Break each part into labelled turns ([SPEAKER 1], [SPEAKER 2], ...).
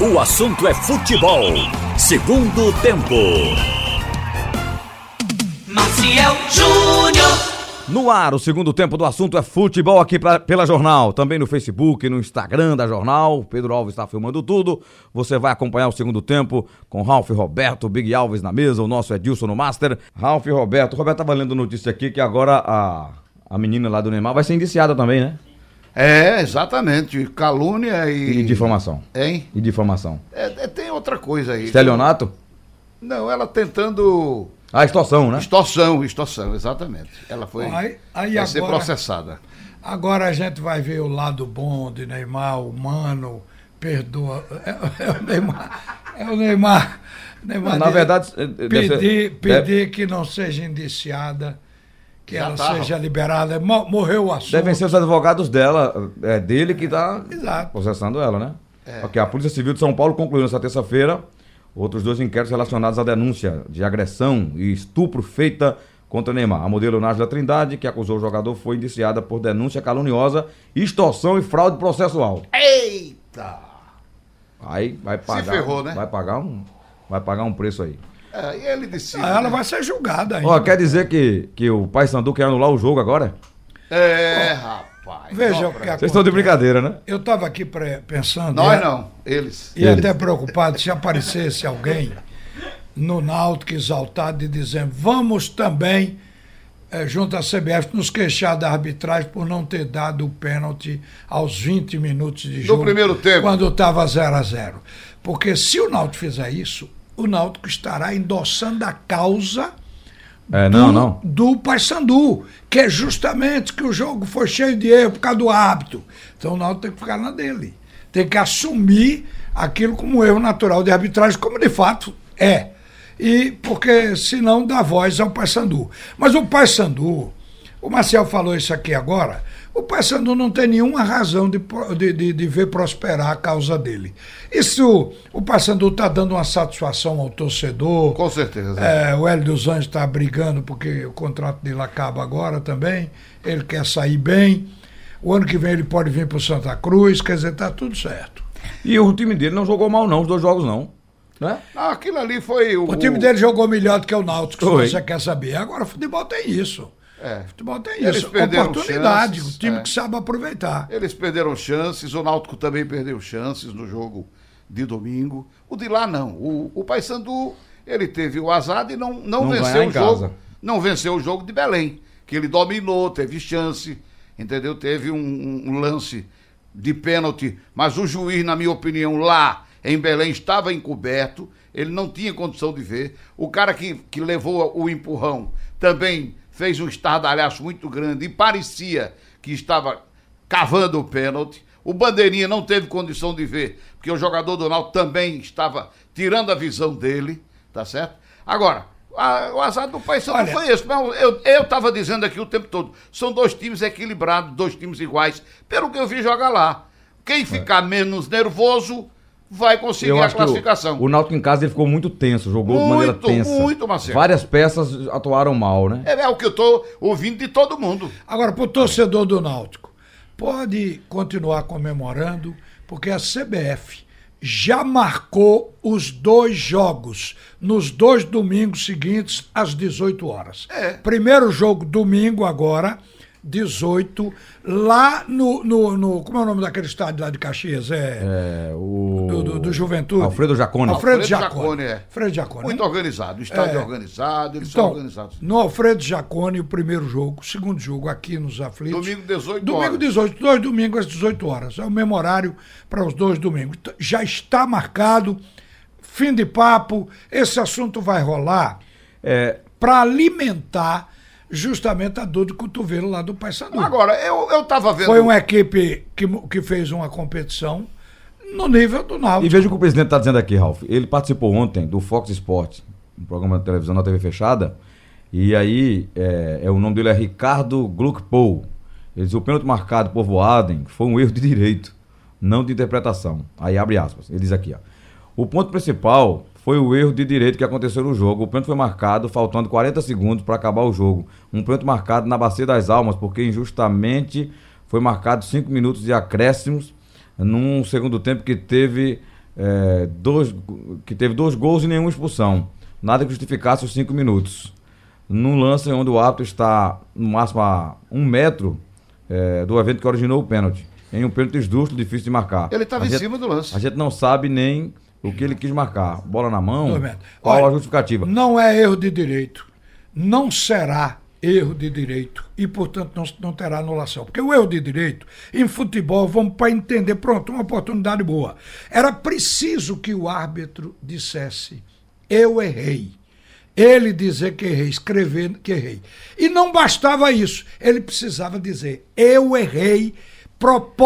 [SPEAKER 1] O assunto é futebol. Segundo tempo.
[SPEAKER 2] Maciel Júnior.
[SPEAKER 3] No ar, o segundo tempo do assunto é futebol aqui pra- pela Jornal. Também no Facebook, no Instagram da Jornal. Pedro Alves está filmando tudo. Você vai acompanhar o segundo tempo com Ralf Roberto, Big Alves na mesa, o nosso Edilson no Master. Ralf Roberto. Roberto tava lendo notícia aqui que agora a, a menina lá do Neymar vai ser indiciada também, né?
[SPEAKER 4] É, exatamente. Calúnia e.
[SPEAKER 3] E difamação.
[SPEAKER 4] Hein?
[SPEAKER 3] E difamação.
[SPEAKER 4] É, é, tem outra coisa aí.
[SPEAKER 3] Estelionato?
[SPEAKER 4] Não, ela tentando.
[SPEAKER 3] Ah, extorsão, né?
[SPEAKER 4] Extorsão, extorsão, exatamente. Ela foi.
[SPEAKER 5] Aí- aí
[SPEAKER 4] vai
[SPEAKER 5] agora-
[SPEAKER 4] ser processada.
[SPEAKER 5] Agora a gente vai ver o lado bom de Neymar, o Mano, perdoa. É, é o Neymar. É o Neymar. Neymar
[SPEAKER 3] Na
[SPEAKER 5] disse,
[SPEAKER 3] verdade, eh, eh, deve ser-
[SPEAKER 5] pedir,
[SPEAKER 3] deve-
[SPEAKER 5] pedir que não seja indiciada, que
[SPEAKER 4] Já
[SPEAKER 5] ela
[SPEAKER 4] tá,
[SPEAKER 5] seja liberada. Mo- Morreu o assunto.
[SPEAKER 3] Devem ser os advogados dela, é dele que está
[SPEAKER 5] Exato.
[SPEAKER 3] processando ela, né?
[SPEAKER 4] É.
[SPEAKER 3] Ok, a Polícia Civil de São Paulo concluiu nesta terça-feira outros dois inquéritos relacionados à denúncia de agressão e estupro feita contra Neymar. A modelo Nájila Trindade, que acusou o jogador, foi indiciada por denúncia caluniosa, extorsão e fraude processual.
[SPEAKER 4] Eita!
[SPEAKER 3] Aí vai pagar,
[SPEAKER 4] ferrou, né?
[SPEAKER 3] vai pagar um, vai pagar um preço aí.
[SPEAKER 4] É, e ele decide.
[SPEAKER 5] Ah, Ela
[SPEAKER 4] né?
[SPEAKER 5] vai ser julgada ainda.
[SPEAKER 3] Ó, quer dizer que que o Pai Sandu quer anular o jogo agora?
[SPEAKER 4] É, rapaz.
[SPEAKER 5] Veja o
[SPEAKER 4] dobra.
[SPEAKER 5] que acontece.
[SPEAKER 3] Vocês estão de brincadeira, né?
[SPEAKER 5] Eu estava aqui pre- pensando. né?
[SPEAKER 4] Nós
[SPEAKER 5] e-
[SPEAKER 4] não, eles.
[SPEAKER 5] E até preocupado se aparecesse alguém no Náutico exaltado e dizendo vamos também, eh, junto à CBF, nos queixar da arbitragem por não ter dado o pênalti aos 20 minutos de jogo.
[SPEAKER 4] primeiro tempo.
[SPEAKER 5] Quando estava 0 a 0 Porque se o Náutico fizer isso, o Náutico estará endossando a causa
[SPEAKER 3] É, não, não.
[SPEAKER 5] do Paysandu, que é justamente que o jogo foi cheio de erro por causa do hábito. Então o Náutico tem que ficar na dele. Tem que assumir aquilo como erro natural de arbitragem, como de fato é. E porque senão dá voz ao Paysandu. Mas o Paysandu, o Marcel falou isso aqui agora, o Paysandu não tem nenhuma razão de, pro- de, de- de ver prosperar a causa dele. Isso, o Paysandu está dando uma satisfação ao torcedor,
[SPEAKER 4] Com certeza.
[SPEAKER 5] é, o Hélio dos Anjos está brigando porque o contrato dele acaba agora também. Ele quer sair bem. O ano que vem ele pode vir para o Santa Cruz. Quer dizer, está tudo certo.
[SPEAKER 3] E o time dele não jogou mal não, os dois jogos não, né?
[SPEAKER 4] Ah, aquilo ali foi o.
[SPEAKER 5] O time dele jogou melhor do que o Náutico, se
[SPEAKER 3] Foi.
[SPEAKER 5] você quer saber. Agora, futebol tem isso.
[SPEAKER 4] É.
[SPEAKER 5] Futebol tem
[SPEAKER 4] Eles
[SPEAKER 5] isso.
[SPEAKER 4] perderam
[SPEAKER 5] Oportunidade.
[SPEAKER 4] chances,
[SPEAKER 5] o time
[SPEAKER 4] é.
[SPEAKER 5] que sabe aproveitar.
[SPEAKER 4] Eles perderam chances, o Náutico também perdeu chances no jogo de domingo. O de lá não. O, o Paysandu, ele teve o azar de não, não,
[SPEAKER 3] Não ganhar
[SPEAKER 4] vencer
[SPEAKER 3] em
[SPEAKER 4] o jogo.
[SPEAKER 3] casa.
[SPEAKER 4] Não venceu o jogo de Belém, que ele dominou, teve chance, entendeu? Teve um, um- um lance de pênalti, mas o juiz, na minha opinião, lá em Belém estava encoberto, ele não tinha condição de ver. O cara que, que levou o empurrão também fez um estardalhaço muito grande e parecia que estava cavando o pênalti. O Bandeirinha não teve condição de ver, porque o jogador do Náutico também estava tirando a visão dele, tá certo? Agora, a- o azar do Paysandu
[SPEAKER 5] Olha-
[SPEAKER 4] foi esse, mas eu estava dizendo aqui o tempo todo, são dois times equilibrados, dois times iguais, pelo que eu vi jogar lá. Quem ficar menos nervoso vai conseguir
[SPEAKER 3] É. Eu
[SPEAKER 4] a
[SPEAKER 3] acho que
[SPEAKER 4] classificação.
[SPEAKER 3] o, o Náutico em casa ele ficou muito tenso, jogou de maneira
[SPEAKER 4] Muito,
[SPEAKER 3] tensa.
[SPEAKER 4] muito, Marcelo.
[SPEAKER 3] Várias peças atuaram mal, né?
[SPEAKER 4] É, é o que eu estou ouvindo de todo mundo.
[SPEAKER 5] Agora, para o torcedor do Náutico, pode continuar comemorando, porque a CBF já marcou os dois jogos nos dois domingos seguintes às 18 horas.
[SPEAKER 4] É.
[SPEAKER 5] Primeiro jogo, domingo agora, 18, lá no, no, no- Como é o nome daquele estádio lá de Caxias? É.
[SPEAKER 3] É, o...
[SPEAKER 5] do, do, do Juventude.
[SPEAKER 3] Alfredo Jacone.
[SPEAKER 5] Alfredo
[SPEAKER 4] Alfredo
[SPEAKER 5] Jacone.
[SPEAKER 4] Jacone, é.
[SPEAKER 5] Alfredo Jacone.
[SPEAKER 3] Hum?
[SPEAKER 4] Muito organizado, o estádio
[SPEAKER 5] É.
[SPEAKER 4] organizado, eles são
[SPEAKER 5] Então,
[SPEAKER 4] organizados.
[SPEAKER 5] no Alfredo Jacone, o primeiro jogo, o segundo jogo aqui nos aflitos.
[SPEAKER 4] Domingo, 18
[SPEAKER 5] Domingo,
[SPEAKER 4] horas.
[SPEAKER 5] 18. Dois domingos às 18 horas. É o mesmo horário para os dois domingos. T- Já está marcado. Fim de papo. Esse assunto vai rolar
[SPEAKER 3] É,
[SPEAKER 5] para alimentar justamente a dor de cotovelo lá do Paysandu.
[SPEAKER 4] Agora, eu, eu tava vendo.
[SPEAKER 3] um
[SPEAKER 5] Foi uma equipe que, mo- que fez uma competição no nível do
[SPEAKER 3] e
[SPEAKER 5] Náutico.
[SPEAKER 3] veja o que o presidente está dizendo aqui, Ralf. Ele participou ontem do Fox Sports, um programa de televisão na TV fechada. E aí, é, é, o nome dele é Ricardo Gluckpol. Ele diz, o pênalti marcado por Voaden foi um erro de direito, não de interpretação. Aí abre aspas. Ele diz aqui, ó. O ponto principal foi o erro de direito que aconteceu no jogo. O pênalti foi marcado faltando 40 segundos para acabar o jogo. Um pênalti marcado na Bacia das Almas, porque injustamente foi marcado 5 minutos de acréscimos num segundo tempo que teve é, dois, que teve dois gols e nenhuma expulsão. Nada que justificasse os cinco minutos. Num lance onde o árbitro está no máximo a um metro é, do evento que originou o pênalti. Em um pênalti justo, difícil de marcar.
[SPEAKER 4] Ele estava
[SPEAKER 3] A
[SPEAKER 4] em
[SPEAKER 3] gente-
[SPEAKER 4] cima do lance.
[SPEAKER 3] A gente não sabe nem o que ele quis marcar. Bola na mão,
[SPEAKER 5] Dois metros.
[SPEAKER 3] qual a
[SPEAKER 5] Olha,
[SPEAKER 3] justificativa?
[SPEAKER 5] Não é erro de direito. Não será erro de direito. E, portanto, não, não terá anulação. Porque o erro de direito, em futebol, vamos para entender, pronto, uma oportunidade boa. Era preciso que o árbitro dissesse: eu errei. Ele dizer que errei, escrever que errei. E não bastava isso. Ele precisava dizer: eu errei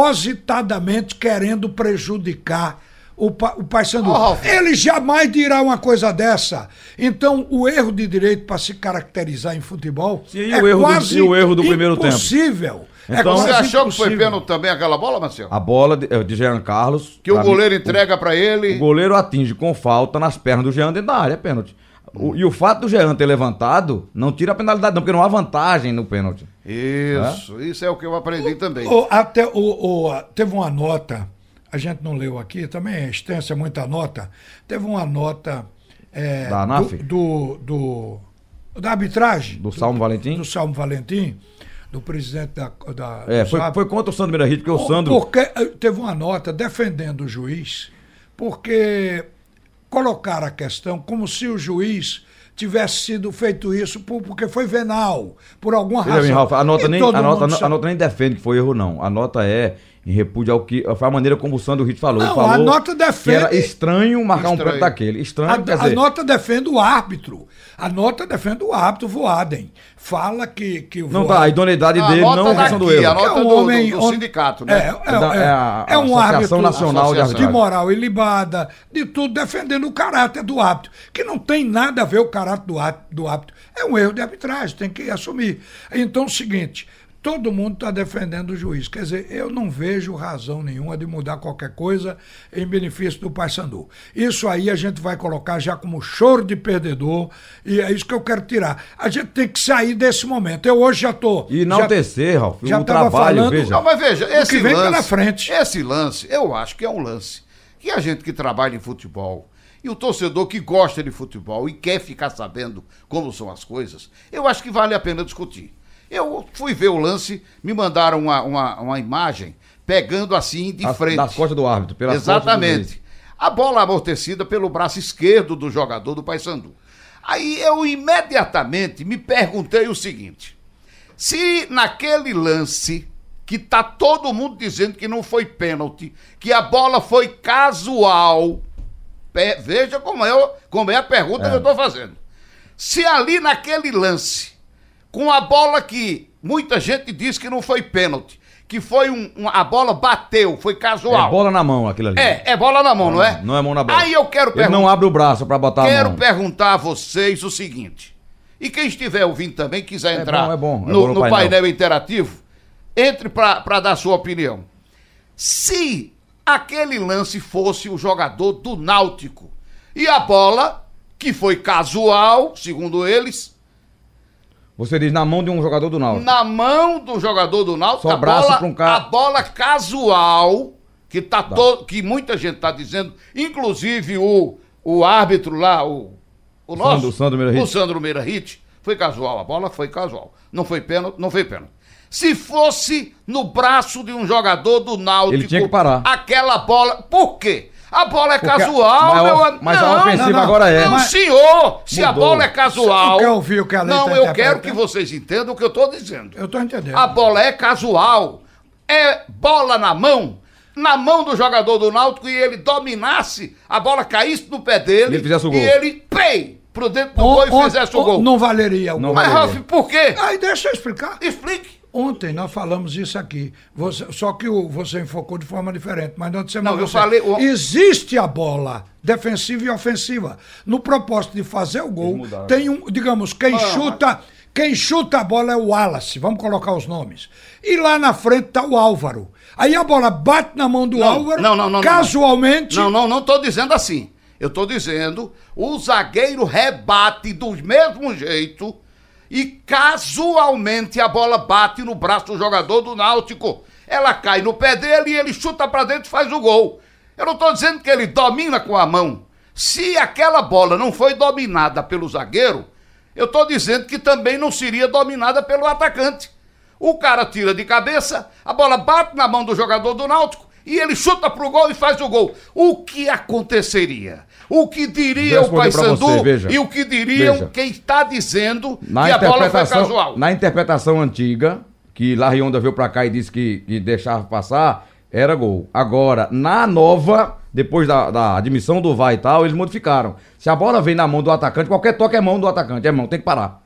[SPEAKER 5] propositadamente querendo prejudicar o, pa, o Paysandu.
[SPEAKER 4] Ô, Ralf.
[SPEAKER 5] Ele jamais dirá uma coisa dessa. Então, o erro de direito para se caracterizar em futebol
[SPEAKER 3] Sim, e
[SPEAKER 5] é
[SPEAKER 3] o erro do-
[SPEAKER 5] quase
[SPEAKER 3] e o erro do primeiro tempo?
[SPEAKER 5] impossível. É
[SPEAKER 3] Então-
[SPEAKER 5] quase
[SPEAKER 4] Você achou que foi
[SPEAKER 5] impossível.
[SPEAKER 4] pênalti também aquela bola, Marcelo?
[SPEAKER 3] A bola de, eh, de Jean Carlos.
[SPEAKER 4] Que o
[SPEAKER 3] pra
[SPEAKER 4] goleiro
[SPEAKER 3] mim,
[SPEAKER 4] entrega pra
[SPEAKER 3] O
[SPEAKER 4] ele.
[SPEAKER 3] goleiro atinge com falta nas pernas do Jean dentro da área, é pênalti. O- e o fato do Jean ter levantado não tira a penalidade, não, porque não há vantagem no pênalti.
[SPEAKER 4] Isso, isso é o que eu aprendi também.
[SPEAKER 5] O- até o, o- a- teve uma nota, a gente não leu aqui, também é extensa, muita nota. Teve uma nota é,
[SPEAKER 3] Da ANAF?
[SPEAKER 5] do, do- do- da arbitragem
[SPEAKER 3] Do Salmo Valentim?
[SPEAKER 5] do Salmo Valentim, do presidente da, da
[SPEAKER 3] É,
[SPEAKER 5] do
[SPEAKER 3] foi,
[SPEAKER 5] SAP.
[SPEAKER 3] foi contra o Sandro Mirahit, porque o
[SPEAKER 5] Por-
[SPEAKER 3] Sandro.
[SPEAKER 5] Porque eh, teve uma nota defendendo o juiz, porque colocaram a questão como se o juiz tivesse sido feito isso por- porque foi venal, por alguma
[SPEAKER 3] Veja
[SPEAKER 5] razão.
[SPEAKER 3] bem, Ralf, a nota,
[SPEAKER 5] E
[SPEAKER 3] nem,
[SPEAKER 5] todo
[SPEAKER 3] a, nota,
[SPEAKER 5] mundo
[SPEAKER 3] a
[SPEAKER 5] sabe-
[SPEAKER 3] nota nem defende que foi erro, não. A nota é em repúdio ao que. Foi a maneira como o Sandro Ritt falou. Ele
[SPEAKER 5] Não,
[SPEAKER 3] falou
[SPEAKER 5] a nota
[SPEAKER 3] Que era
[SPEAKER 5] defende-
[SPEAKER 3] estranho marcar um
[SPEAKER 4] Estranho.
[SPEAKER 3] pênalti daquele. Estranho,
[SPEAKER 5] A,
[SPEAKER 3] quer
[SPEAKER 5] a
[SPEAKER 3] dizer.
[SPEAKER 5] nota defende o árbitro. A nota defende o árbitro Voaden. Fala que, que o
[SPEAKER 3] Não
[SPEAKER 5] Voaden-
[SPEAKER 3] tá, a idoneidade
[SPEAKER 4] A
[SPEAKER 3] dele
[SPEAKER 4] nota
[SPEAKER 3] não é questão do
[SPEAKER 4] daqui,
[SPEAKER 3] erro.
[SPEAKER 4] a nota-
[SPEAKER 5] é um
[SPEAKER 4] do-
[SPEAKER 5] homem
[SPEAKER 4] do- do
[SPEAKER 5] on-
[SPEAKER 4] sindicato, né?
[SPEAKER 5] É,
[SPEAKER 3] É da-
[SPEAKER 5] é-
[SPEAKER 3] é a-
[SPEAKER 5] é um
[SPEAKER 3] a
[SPEAKER 5] árbitro
[SPEAKER 3] Associação Nacional de
[SPEAKER 4] Associação.
[SPEAKER 5] de
[SPEAKER 3] Arbitragem.
[SPEAKER 5] moral ilibada, de tudo, defendendo o caráter do árbitro, que não tem nada a ver o caráter do árbitro. do árbitro. É um erro de arbitragem, tem que assumir. Então, é o seguinte, todo mundo está defendendo o juiz. Quer dizer, eu não vejo razão nenhuma de mudar qualquer coisa em benefício do Paysandu. Isso aí a gente vai colocar já como choro de perdedor e é isso que eu quero tirar. A gente tem que sair desse momento. Eu hoje já estou...
[SPEAKER 3] E enaltecer, Ralf,
[SPEAKER 5] já
[SPEAKER 3] o
[SPEAKER 5] tava
[SPEAKER 3] trabalho,
[SPEAKER 5] falando-
[SPEAKER 3] veja.
[SPEAKER 4] Não, Ah, mas veja, esse
[SPEAKER 5] que vem
[SPEAKER 4] lance,
[SPEAKER 5] pela frente.
[SPEAKER 4] Esse lance, eu acho que é um lance que a gente que trabalha em futebol e o torcedor que gosta de futebol e quer ficar sabendo como são as coisas, eu acho que vale a pena discutir. Eu fui ver o lance, me mandaram uma, uma, uma imagem pegando assim de
[SPEAKER 3] As-
[SPEAKER 4] frente.
[SPEAKER 3] Das costas do árbitro, pelas costas do juiz.
[SPEAKER 4] Exatamente. A bola amortecida pelo braço esquerdo do jogador do Paysandu. Aí eu imediatamente me perguntei o seguinte: se naquele lance que tá todo mundo dizendo que não foi pênalti, que a bola foi casual, pe- veja como é, o- como é a pergunta que eu estou fazendo. Se ali naquele lance, com a bola que muita gente diz que não foi pênalti, que foi um, um- a bola bateu, foi casual.
[SPEAKER 3] É bola na mão aquilo ali.
[SPEAKER 4] É, é bola na mão, não é?
[SPEAKER 3] Não é mão na bola.
[SPEAKER 4] Aí eu quero
[SPEAKER 3] Ele não
[SPEAKER 4] perguntar.
[SPEAKER 3] abre o braço pra botar a
[SPEAKER 4] Quero
[SPEAKER 3] mão.
[SPEAKER 4] perguntar a vocês o seguinte. E quem estiver ouvindo também, quiser
[SPEAKER 3] É
[SPEAKER 4] entrar
[SPEAKER 3] bom, é bom, é
[SPEAKER 4] no,
[SPEAKER 3] bom no
[SPEAKER 4] no painel.
[SPEAKER 3] painel
[SPEAKER 4] interativo, entre para dar sua opinião. Se aquele lance fosse o jogador do Náutico e a bola, que foi casual, segundo eles,
[SPEAKER 3] Você diz na mão de um jogador do Náutico.
[SPEAKER 4] na mão do jogador do Náutico,
[SPEAKER 3] Só
[SPEAKER 4] a
[SPEAKER 3] braço
[SPEAKER 4] bola,
[SPEAKER 3] pra um cara.
[SPEAKER 4] a bola casual, que, tá to- que muita gente tá dizendo, inclusive o, o árbitro lá, o, o nosso,
[SPEAKER 3] Sandro- Sandro Meira Hit.
[SPEAKER 4] o Sandro Meira Hit, foi casual, a bola foi casual, não foi pênalti, não foi pênalti. Se fosse no braço de um jogador do Náutico,
[SPEAKER 3] Ele tinha que parar.
[SPEAKER 4] aquela bola, por quê? A bola é
[SPEAKER 3] Porque a-
[SPEAKER 4] casual,
[SPEAKER 3] mas a-
[SPEAKER 4] meu am-
[SPEAKER 3] mas a ofensiva
[SPEAKER 5] agora
[SPEAKER 3] é.
[SPEAKER 4] Não,
[SPEAKER 3] Mas-
[SPEAKER 4] senhor, se a
[SPEAKER 3] Mudou.
[SPEAKER 4] bola é casual.
[SPEAKER 5] Você não quer ouvir o que a lei
[SPEAKER 4] Não,
[SPEAKER 5] tá
[SPEAKER 4] eu quero
[SPEAKER 5] interpretando?
[SPEAKER 4] que vocês entendam o que eu estou dizendo.
[SPEAKER 5] Eu estou entendendo.
[SPEAKER 4] A bola é casual. É bola na mão. Na mão do jogador do Náutico e ele dominasse, a bola caísse no pé dele
[SPEAKER 3] E ele fizesse o
[SPEAKER 4] e
[SPEAKER 3] gol.
[SPEAKER 4] ele, pei, pro dentro do
[SPEAKER 5] On-
[SPEAKER 4] gol e
[SPEAKER 5] on-
[SPEAKER 4] fizesse o
[SPEAKER 5] on-
[SPEAKER 4] gol.
[SPEAKER 5] Não valeria o Ah.
[SPEAKER 3] Não
[SPEAKER 5] gol.
[SPEAKER 4] Mas,
[SPEAKER 3] valeria.
[SPEAKER 4] Ralf, por quê?
[SPEAKER 5] Aí deixa eu explicar.
[SPEAKER 4] Explique.
[SPEAKER 5] Ontem nós falamos isso aqui, Você- só que o- você enfocou de forma diferente, mas não dissemos
[SPEAKER 4] Não, eu
[SPEAKER 5] você.
[SPEAKER 4] falei o-
[SPEAKER 5] Existe a bola defensiva e ofensiva. No propósito de fazer o gol,
[SPEAKER 3] mudaram.
[SPEAKER 5] tem um, digamos, quem
[SPEAKER 4] Ah,
[SPEAKER 5] chuta, quem chuta a bola é o Wallace, vamos colocar os nomes. E lá na frente tá o Álvaro. Aí a bola bate na mão do
[SPEAKER 4] Não,
[SPEAKER 5] Álvaro,
[SPEAKER 4] não, não, não, não.
[SPEAKER 5] casualmente,
[SPEAKER 4] Não, não, não tô dizendo assim. Eu tô dizendo, o zagueiro rebate do mesmo jeito e casualmente a bola bate no braço do jogador do Náutico. Ela cai no pé dele e ele chuta pra dentro e faz o gol. Eu não estou dizendo que ele domina com a mão. Se aquela bola não foi dominada pelo zagueiro, eu estou dizendo que também não seria dominada pelo atacante. O cara tira de cabeça, a bola bate na mão do jogador do Náutico e ele chuta pro gol e faz o gol. O que aconteceria? O que diria
[SPEAKER 3] Vou
[SPEAKER 4] o
[SPEAKER 3] responder pra você,
[SPEAKER 4] Paysandu
[SPEAKER 3] veja.
[SPEAKER 4] e o que diriam
[SPEAKER 3] Veja.
[SPEAKER 4] quem está dizendo
[SPEAKER 3] Na
[SPEAKER 4] que a bola foi
[SPEAKER 3] interpretação,
[SPEAKER 4] casual?
[SPEAKER 3] Na interpretação antiga, que Larionda veio pra cá e disse que, que deixava passar, era gol. Agora, na nova, depois da, da admissão do VAR e tal, eles modificaram. Se a bola vem na mão do atacante, qualquer toque é mão do atacante, é mão, tem que parar.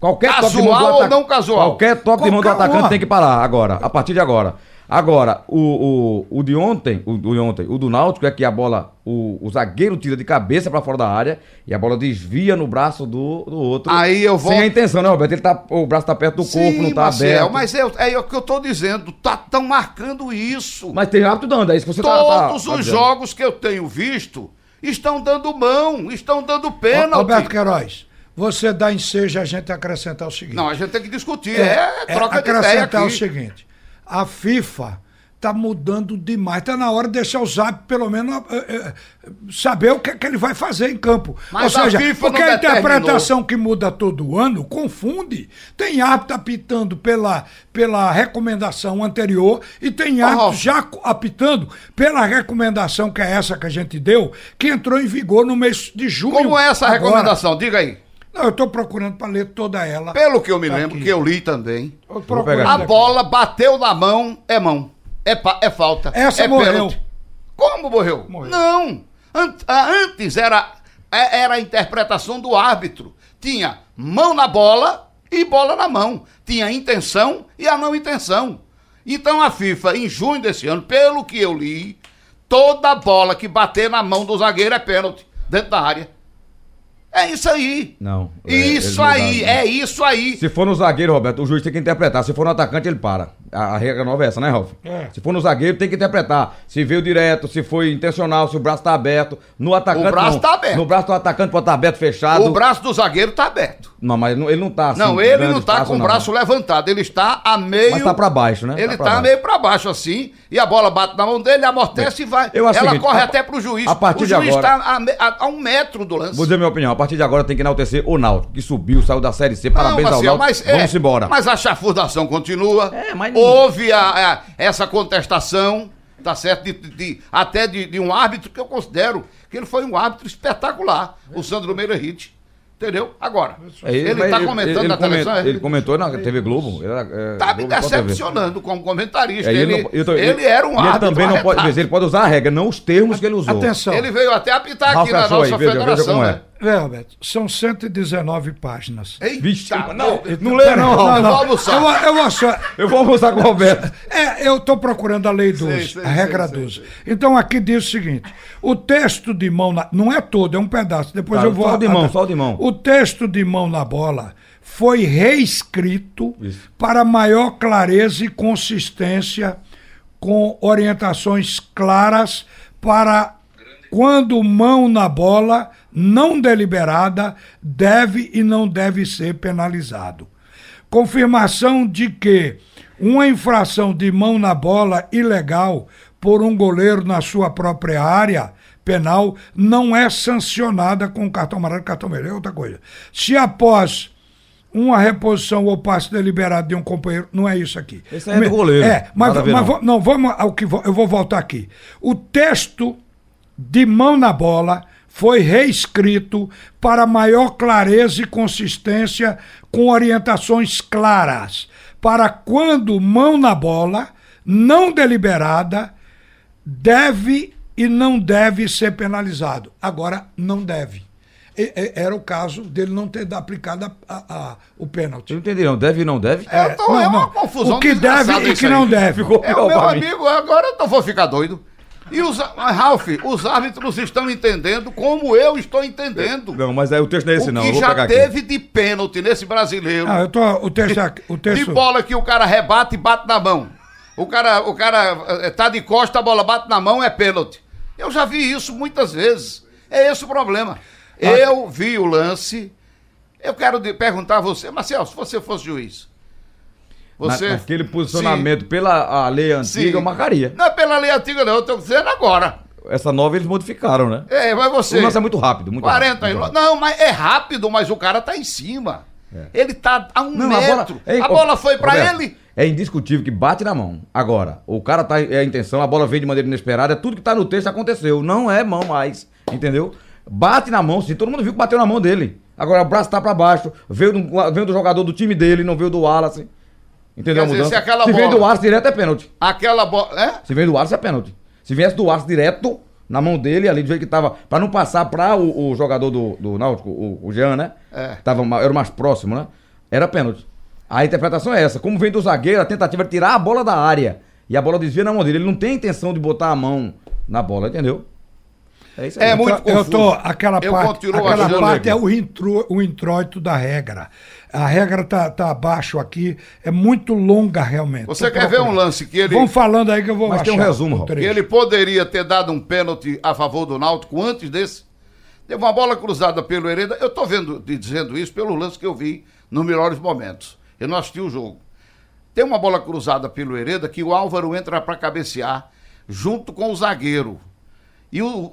[SPEAKER 3] Qualquer toque de mão do
[SPEAKER 4] Casual ou
[SPEAKER 3] atacante.
[SPEAKER 4] não casual? um.
[SPEAKER 3] Qualquer toque de mão do
[SPEAKER 5] Qualquer
[SPEAKER 3] atacante
[SPEAKER 5] uma.
[SPEAKER 3] tem que parar agora, a partir de agora. Agora, o, o, o de ontem, o do ontem, o do Náutico é que a bola, o, o zagueiro tira de cabeça pra fora da área e a bola desvia no braço do, do outro.
[SPEAKER 4] Aí eu
[SPEAKER 3] Sem a
[SPEAKER 4] volto-
[SPEAKER 3] intenção, né, Roberto? Ele tá, o braço tá perto do corpo, não tá
[SPEAKER 4] Marcel,
[SPEAKER 3] aberto.
[SPEAKER 4] mas é, é o que eu tô dizendo, tá tão marcando isso.
[SPEAKER 3] Mas tem hábito dando, é isso que você tá- tá,
[SPEAKER 4] Todos
[SPEAKER 3] tá
[SPEAKER 4] os
[SPEAKER 3] dizendo.
[SPEAKER 4] jogos que eu tenho visto estão dando mão, estão dando
[SPEAKER 5] Ô, Roberto
[SPEAKER 4] pênalti.
[SPEAKER 5] Queiroz, você dá ensejo a gente a acrescentar o seguinte.
[SPEAKER 4] Não, a gente tem que discutir, é, troca de ideia aqui.
[SPEAKER 5] acrescentar o seguinte: a FIFA tá mudando demais. Tá na hora de deixar o Zap, pelo menos, eh, eh, saber o que, é que ele vai fazer em campo.
[SPEAKER 4] Mas
[SPEAKER 5] Ou
[SPEAKER 4] a
[SPEAKER 5] seja,
[SPEAKER 4] FIFA não
[SPEAKER 5] porque a
[SPEAKER 4] determinou.
[SPEAKER 5] interpretação que muda todo ano confunde. Tem árbitro apitando pela, pela recomendação anterior e tem árbitro
[SPEAKER 4] Ralf.
[SPEAKER 5] já co- apitando pela recomendação que é essa que a gente deu, que entrou em vigor no mês de junho.
[SPEAKER 4] Como é essa
[SPEAKER 5] agora.
[SPEAKER 4] recomendação? Diga aí.
[SPEAKER 5] Não, eu estou procurando para ler toda ela.
[SPEAKER 4] Pelo que eu me
[SPEAKER 5] Tá
[SPEAKER 4] lembro,
[SPEAKER 5] aqui.
[SPEAKER 4] que eu li também,
[SPEAKER 5] Eu
[SPEAKER 3] pegar
[SPEAKER 5] procurando
[SPEAKER 4] a
[SPEAKER 5] aqui.
[SPEAKER 4] bola bateu na mão, é mão. É, pa- é falta.
[SPEAKER 5] Essa
[SPEAKER 4] é
[SPEAKER 5] morreu.
[SPEAKER 4] Como morreu?
[SPEAKER 5] Morreu.
[SPEAKER 4] Não. Ant- a- antes era, é- era a interpretação do árbitro. Tinha mão na bola e bola na mão. Tinha a intenção e a não intenção. Então a FIFA, em junho desse ano, pelo que eu li, toda bola que bater na mão do zagueiro é pênalti dentro da área. É isso aí.
[SPEAKER 3] Não, é- eles
[SPEAKER 4] Isso
[SPEAKER 3] mudaram,
[SPEAKER 4] aí,
[SPEAKER 3] né?
[SPEAKER 4] é isso aí.
[SPEAKER 3] Se for no zagueiro, Roberto, o juiz tem que interpretar. Se for no atacante, ele para. A, a regra nova é essa, né, Ralf?
[SPEAKER 5] É.
[SPEAKER 3] Se for no zagueiro, tem que interpretar. Se veio direto, se foi intencional, se o braço tá aberto. No atacante.
[SPEAKER 4] O braço
[SPEAKER 3] não.
[SPEAKER 4] tá aberto.
[SPEAKER 3] No braço do atacante pode estar aberto, fechado.
[SPEAKER 4] O braço do zagueiro tá aberto.
[SPEAKER 3] Não, mas ele não, ele não tá assim.
[SPEAKER 4] não, ele
[SPEAKER 3] grande
[SPEAKER 4] não tá
[SPEAKER 3] espaço,
[SPEAKER 4] com o
[SPEAKER 3] não. né?
[SPEAKER 4] braço levantado, ele está a meio.
[SPEAKER 3] Mas tá pra baixo, né? pra
[SPEAKER 4] Ele tá,
[SPEAKER 3] baixo.
[SPEAKER 4] meio pra baixo assim, e a bola bate na mão dele, amortece e vai.
[SPEAKER 3] eu acho
[SPEAKER 4] Ela
[SPEAKER 3] o seguinte,
[SPEAKER 4] corre
[SPEAKER 3] a-
[SPEAKER 4] até pro juiz.
[SPEAKER 3] a partir
[SPEAKER 4] o
[SPEAKER 3] de
[SPEAKER 4] juiz
[SPEAKER 3] agora-
[SPEAKER 4] tá a, me- a- a um metro do lance.
[SPEAKER 3] Vou dizer a minha opinião. A partir de agora tem que enaltecer o Náutico, que subiu, saiu da Série C. Parabéns
[SPEAKER 4] Marcelo,
[SPEAKER 3] ao Náutico.
[SPEAKER 4] mas é-
[SPEAKER 3] Vamos embora.
[SPEAKER 4] Mas a chafurdação continua.
[SPEAKER 3] É, mas-
[SPEAKER 4] Houve a- a- essa contestação, tá certo? De- de- até de, de um árbitro que eu considero que ele foi um árbitro espetacular, o Sandro Meira Hit. Entendeu? Agora.
[SPEAKER 3] É,
[SPEAKER 4] ele
[SPEAKER 3] mas
[SPEAKER 4] está comentando
[SPEAKER 3] ele
[SPEAKER 4] na
[SPEAKER 3] comen-
[SPEAKER 4] televisão. é?
[SPEAKER 3] Ele comentou na TV Globo. Ele era, é,
[SPEAKER 4] tá me
[SPEAKER 3] Globo e Sport TV.
[SPEAKER 4] decepcionando como comentarista.
[SPEAKER 3] É,
[SPEAKER 4] ele,
[SPEAKER 3] não- eu tô-
[SPEAKER 4] ele era um
[SPEAKER 3] e Ele
[SPEAKER 4] árbitro.
[SPEAKER 3] também não pode,
[SPEAKER 4] arretado.
[SPEAKER 3] mas ele pode usar a regra, não os termos que ele usou.
[SPEAKER 5] Atenção.
[SPEAKER 4] Ele veio até apitar aqui
[SPEAKER 3] Ralf
[SPEAKER 4] na
[SPEAKER 3] achou
[SPEAKER 4] nossa
[SPEAKER 3] aí, veja, veja
[SPEAKER 4] federação,
[SPEAKER 3] como é.
[SPEAKER 4] né?
[SPEAKER 5] É, Roberto, são 119 páginas.
[SPEAKER 4] Eita,
[SPEAKER 3] Vixe,
[SPEAKER 4] Tá, não,
[SPEAKER 3] não lê não, Ralf.
[SPEAKER 4] Vou almoçar.
[SPEAKER 5] Eu, eu acho.
[SPEAKER 3] Eu vou almoçar com o Roberto.
[SPEAKER 5] É, eu estou procurando a lei 12,
[SPEAKER 4] sei,
[SPEAKER 5] a regra
[SPEAKER 4] sei, sei,
[SPEAKER 5] 12. Então aqui diz o seguinte: o texto de mão na, não é todo, é um pedaço. Depois
[SPEAKER 3] Tá,
[SPEAKER 5] eu vou
[SPEAKER 3] só o de mão, só o de mão.
[SPEAKER 5] O texto de mão na bola foi reescrito
[SPEAKER 3] Isso.
[SPEAKER 5] para maior clareza e consistência com orientações claras para quando mão na bola não deliberada deve e não deve ser penalizado. Confirmação de que uma infração de mão na bola ilegal por um goleiro na sua própria área penal não é sancionada com cartão amarelo e cartão vermelho. É outra coisa. Se após uma reposição ou passe deliberado de um companheiro, não é isso aqui.
[SPEAKER 3] Esse aí é do goleiro.
[SPEAKER 5] É, mas,
[SPEAKER 3] Nada a ver,
[SPEAKER 5] mas
[SPEAKER 3] não.
[SPEAKER 5] vo- não, vamos ao que vo- eu vou voltar aqui. O texto de mão na bola foi reescrito para maior clareza e consistência com orientações claras para quando mão na bola não deliberada deve e não deve ser penalizado. Agora não deve. E- e- era o caso dele não ter aplicado a- a- a- o pênalti.
[SPEAKER 3] Eu não entendi, não. Deve e não deve?
[SPEAKER 4] É, então é uma confusão
[SPEAKER 5] O que
[SPEAKER 4] desgraçada
[SPEAKER 5] deve e
[SPEAKER 4] isso
[SPEAKER 5] que
[SPEAKER 4] aí.
[SPEAKER 5] não deve.
[SPEAKER 3] Ficou
[SPEAKER 4] É,
[SPEAKER 3] pior
[SPEAKER 4] o meu
[SPEAKER 3] pra mim.
[SPEAKER 4] amigo, agora eu não vou ficar doido. E os, mas, Ralf, os árbitros estão entendendo como eu estou entendendo.
[SPEAKER 3] Não, mas aí o texto não é esse,
[SPEAKER 4] o
[SPEAKER 3] não.
[SPEAKER 4] que
[SPEAKER 3] Eu vou
[SPEAKER 4] já
[SPEAKER 3] pegar aqui.
[SPEAKER 4] teve de pênalti nesse brasileiro.
[SPEAKER 5] Ah, eu tô, o texto, aqui- o
[SPEAKER 4] de
[SPEAKER 5] texto
[SPEAKER 4] bola que o cara rebate e bate na mão. O cara, o cara eh, tá de costa, a bola bate na mão, é pênalti. Eu já vi isso muitas vezes. É esse o problema.
[SPEAKER 3] Ah.
[SPEAKER 4] Eu vi o lance. Eu quero de- perguntar a você, Marcel, se você fosse juiz.
[SPEAKER 3] Na- naquele posicionamento, pela a lei antiga, eu marcaria.
[SPEAKER 4] é Não é pela lei antiga, não. Eu tô dizendo agora.
[SPEAKER 3] essa nova eles modificaram, né?
[SPEAKER 4] É, mas você.
[SPEAKER 3] O lance é muito rápido, muito
[SPEAKER 4] 40
[SPEAKER 3] rápido.
[SPEAKER 4] e
[SPEAKER 3] muito
[SPEAKER 4] lo-
[SPEAKER 3] rápido.
[SPEAKER 4] Não, mas é rápido, mas o cara tá em cima. Ele tá a um
[SPEAKER 3] a bola-
[SPEAKER 4] metro. A
[SPEAKER 3] Ei,
[SPEAKER 4] bola,
[SPEAKER 3] ô,
[SPEAKER 4] foi pra
[SPEAKER 3] Roberto,
[SPEAKER 4] ele.
[SPEAKER 3] É indiscutível que bate na mão. Agora, o cara tá. É a intenção, a bola veio de maneira inesperada, tudo que tá no texto aconteceu. Não é mão mais, entendeu? Bate na mão, sim. Todo mundo viu que bateu na mão dele. Agora, o braço tá pra baixo. Veio do, veio do jogador do time dele, não veio do Wallace. Entendeu
[SPEAKER 4] Quer
[SPEAKER 3] a
[SPEAKER 4] dizer,
[SPEAKER 3] mudança?
[SPEAKER 4] se aquela
[SPEAKER 3] vem
[SPEAKER 4] bola-
[SPEAKER 3] do Wallace direto é pênalti.
[SPEAKER 4] Aquela bola. É?
[SPEAKER 3] Se vem do Wallace é pênalti. Se viesse do Wallace direto na mão dele, ali do jeito que tava, pra não passar pra o, o jogador do, do Náutico, o, o Jean, né?
[SPEAKER 4] É.
[SPEAKER 3] Tava, ma- era o mais próximo, né? Era pênalti. A interpretação é essa. Como vem do zagueiro, a tentativa é tirar a bola da área e a bola desvia na mão dele. Ele não tem a intenção de botar a mão na bola, entendeu? É isso aí.
[SPEAKER 4] É muito
[SPEAKER 5] Então, eu
[SPEAKER 4] confuso.
[SPEAKER 5] tô, aquela
[SPEAKER 4] Eu
[SPEAKER 5] parte,
[SPEAKER 4] continuo
[SPEAKER 5] aquela
[SPEAKER 4] achando
[SPEAKER 5] parte é
[SPEAKER 4] legal.
[SPEAKER 5] o, intro, o introito da regra. A regra tá, tá abaixo aqui, é muito longa realmente.
[SPEAKER 4] Você
[SPEAKER 5] Tô
[SPEAKER 4] quer ver
[SPEAKER 5] procurando.
[SPEAKER 4] um lance que ele,
[SPEAKER 5] Vão falando aí que eu vou
[SPEAKER 3] Mas tem um
[SPEAKER 5] achar
[SPEAKER 3] resumo,
[SPEAKER 5] o
[SPEAKER 3] Raul.
[SPEAKER 4] que
[SPEAKER 5] trecho.
[SPEAKER 4] ele poderia ter dado um pênalti a favor do Náutico antes desse? Teve uma bola cruzada pelo Hereda. Eu tô vendo, te dizendo isso pelo lance que eu vi nos melhores momentos. Eu não assisti o jogo. Tem uma bola cruzada pelo Hereda que o Álvaro entra pra cabecear junto com o zagueiro. E o- o-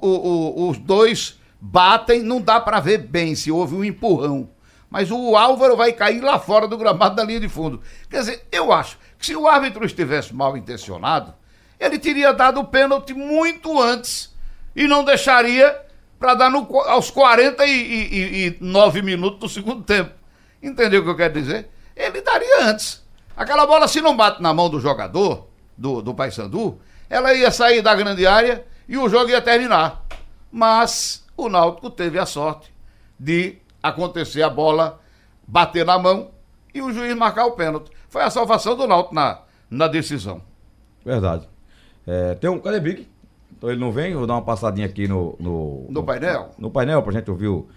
[SPEAKER 4] o- os dois batem, não dá pra ver bem se houve um empurrão. Mas o Álvaro vai cair lá fora do gramado da linha de fundo. Quer dizer, eu acho que se o árbitro estivesse mal intencionado, ele teria dado o pênalti muito antes e não deixaria pra dar no, qu- aos 49 minutos do segundo tempo. Entendeu o que eu quero dizer? Ele daria antes. Aquela bola, se não bate na mão do jogador, do, do Paysandu, ela ia sair da grande área e o jogo ia terminar. Mas o Náutico teve a sorte de acontecer a bola bater na mão e o juiz marcar o pênalti. Foi a salvação do Náutico na, na decisão.
[SPEAKER 3] Verdade. É, tem um. Cadê Big? Então ele não vem, eu vou dar uma passadinha aqui no. No,
[SPEAKER 4] No painel?
[SPEAKER 3] No painel, pra gente ouvir o,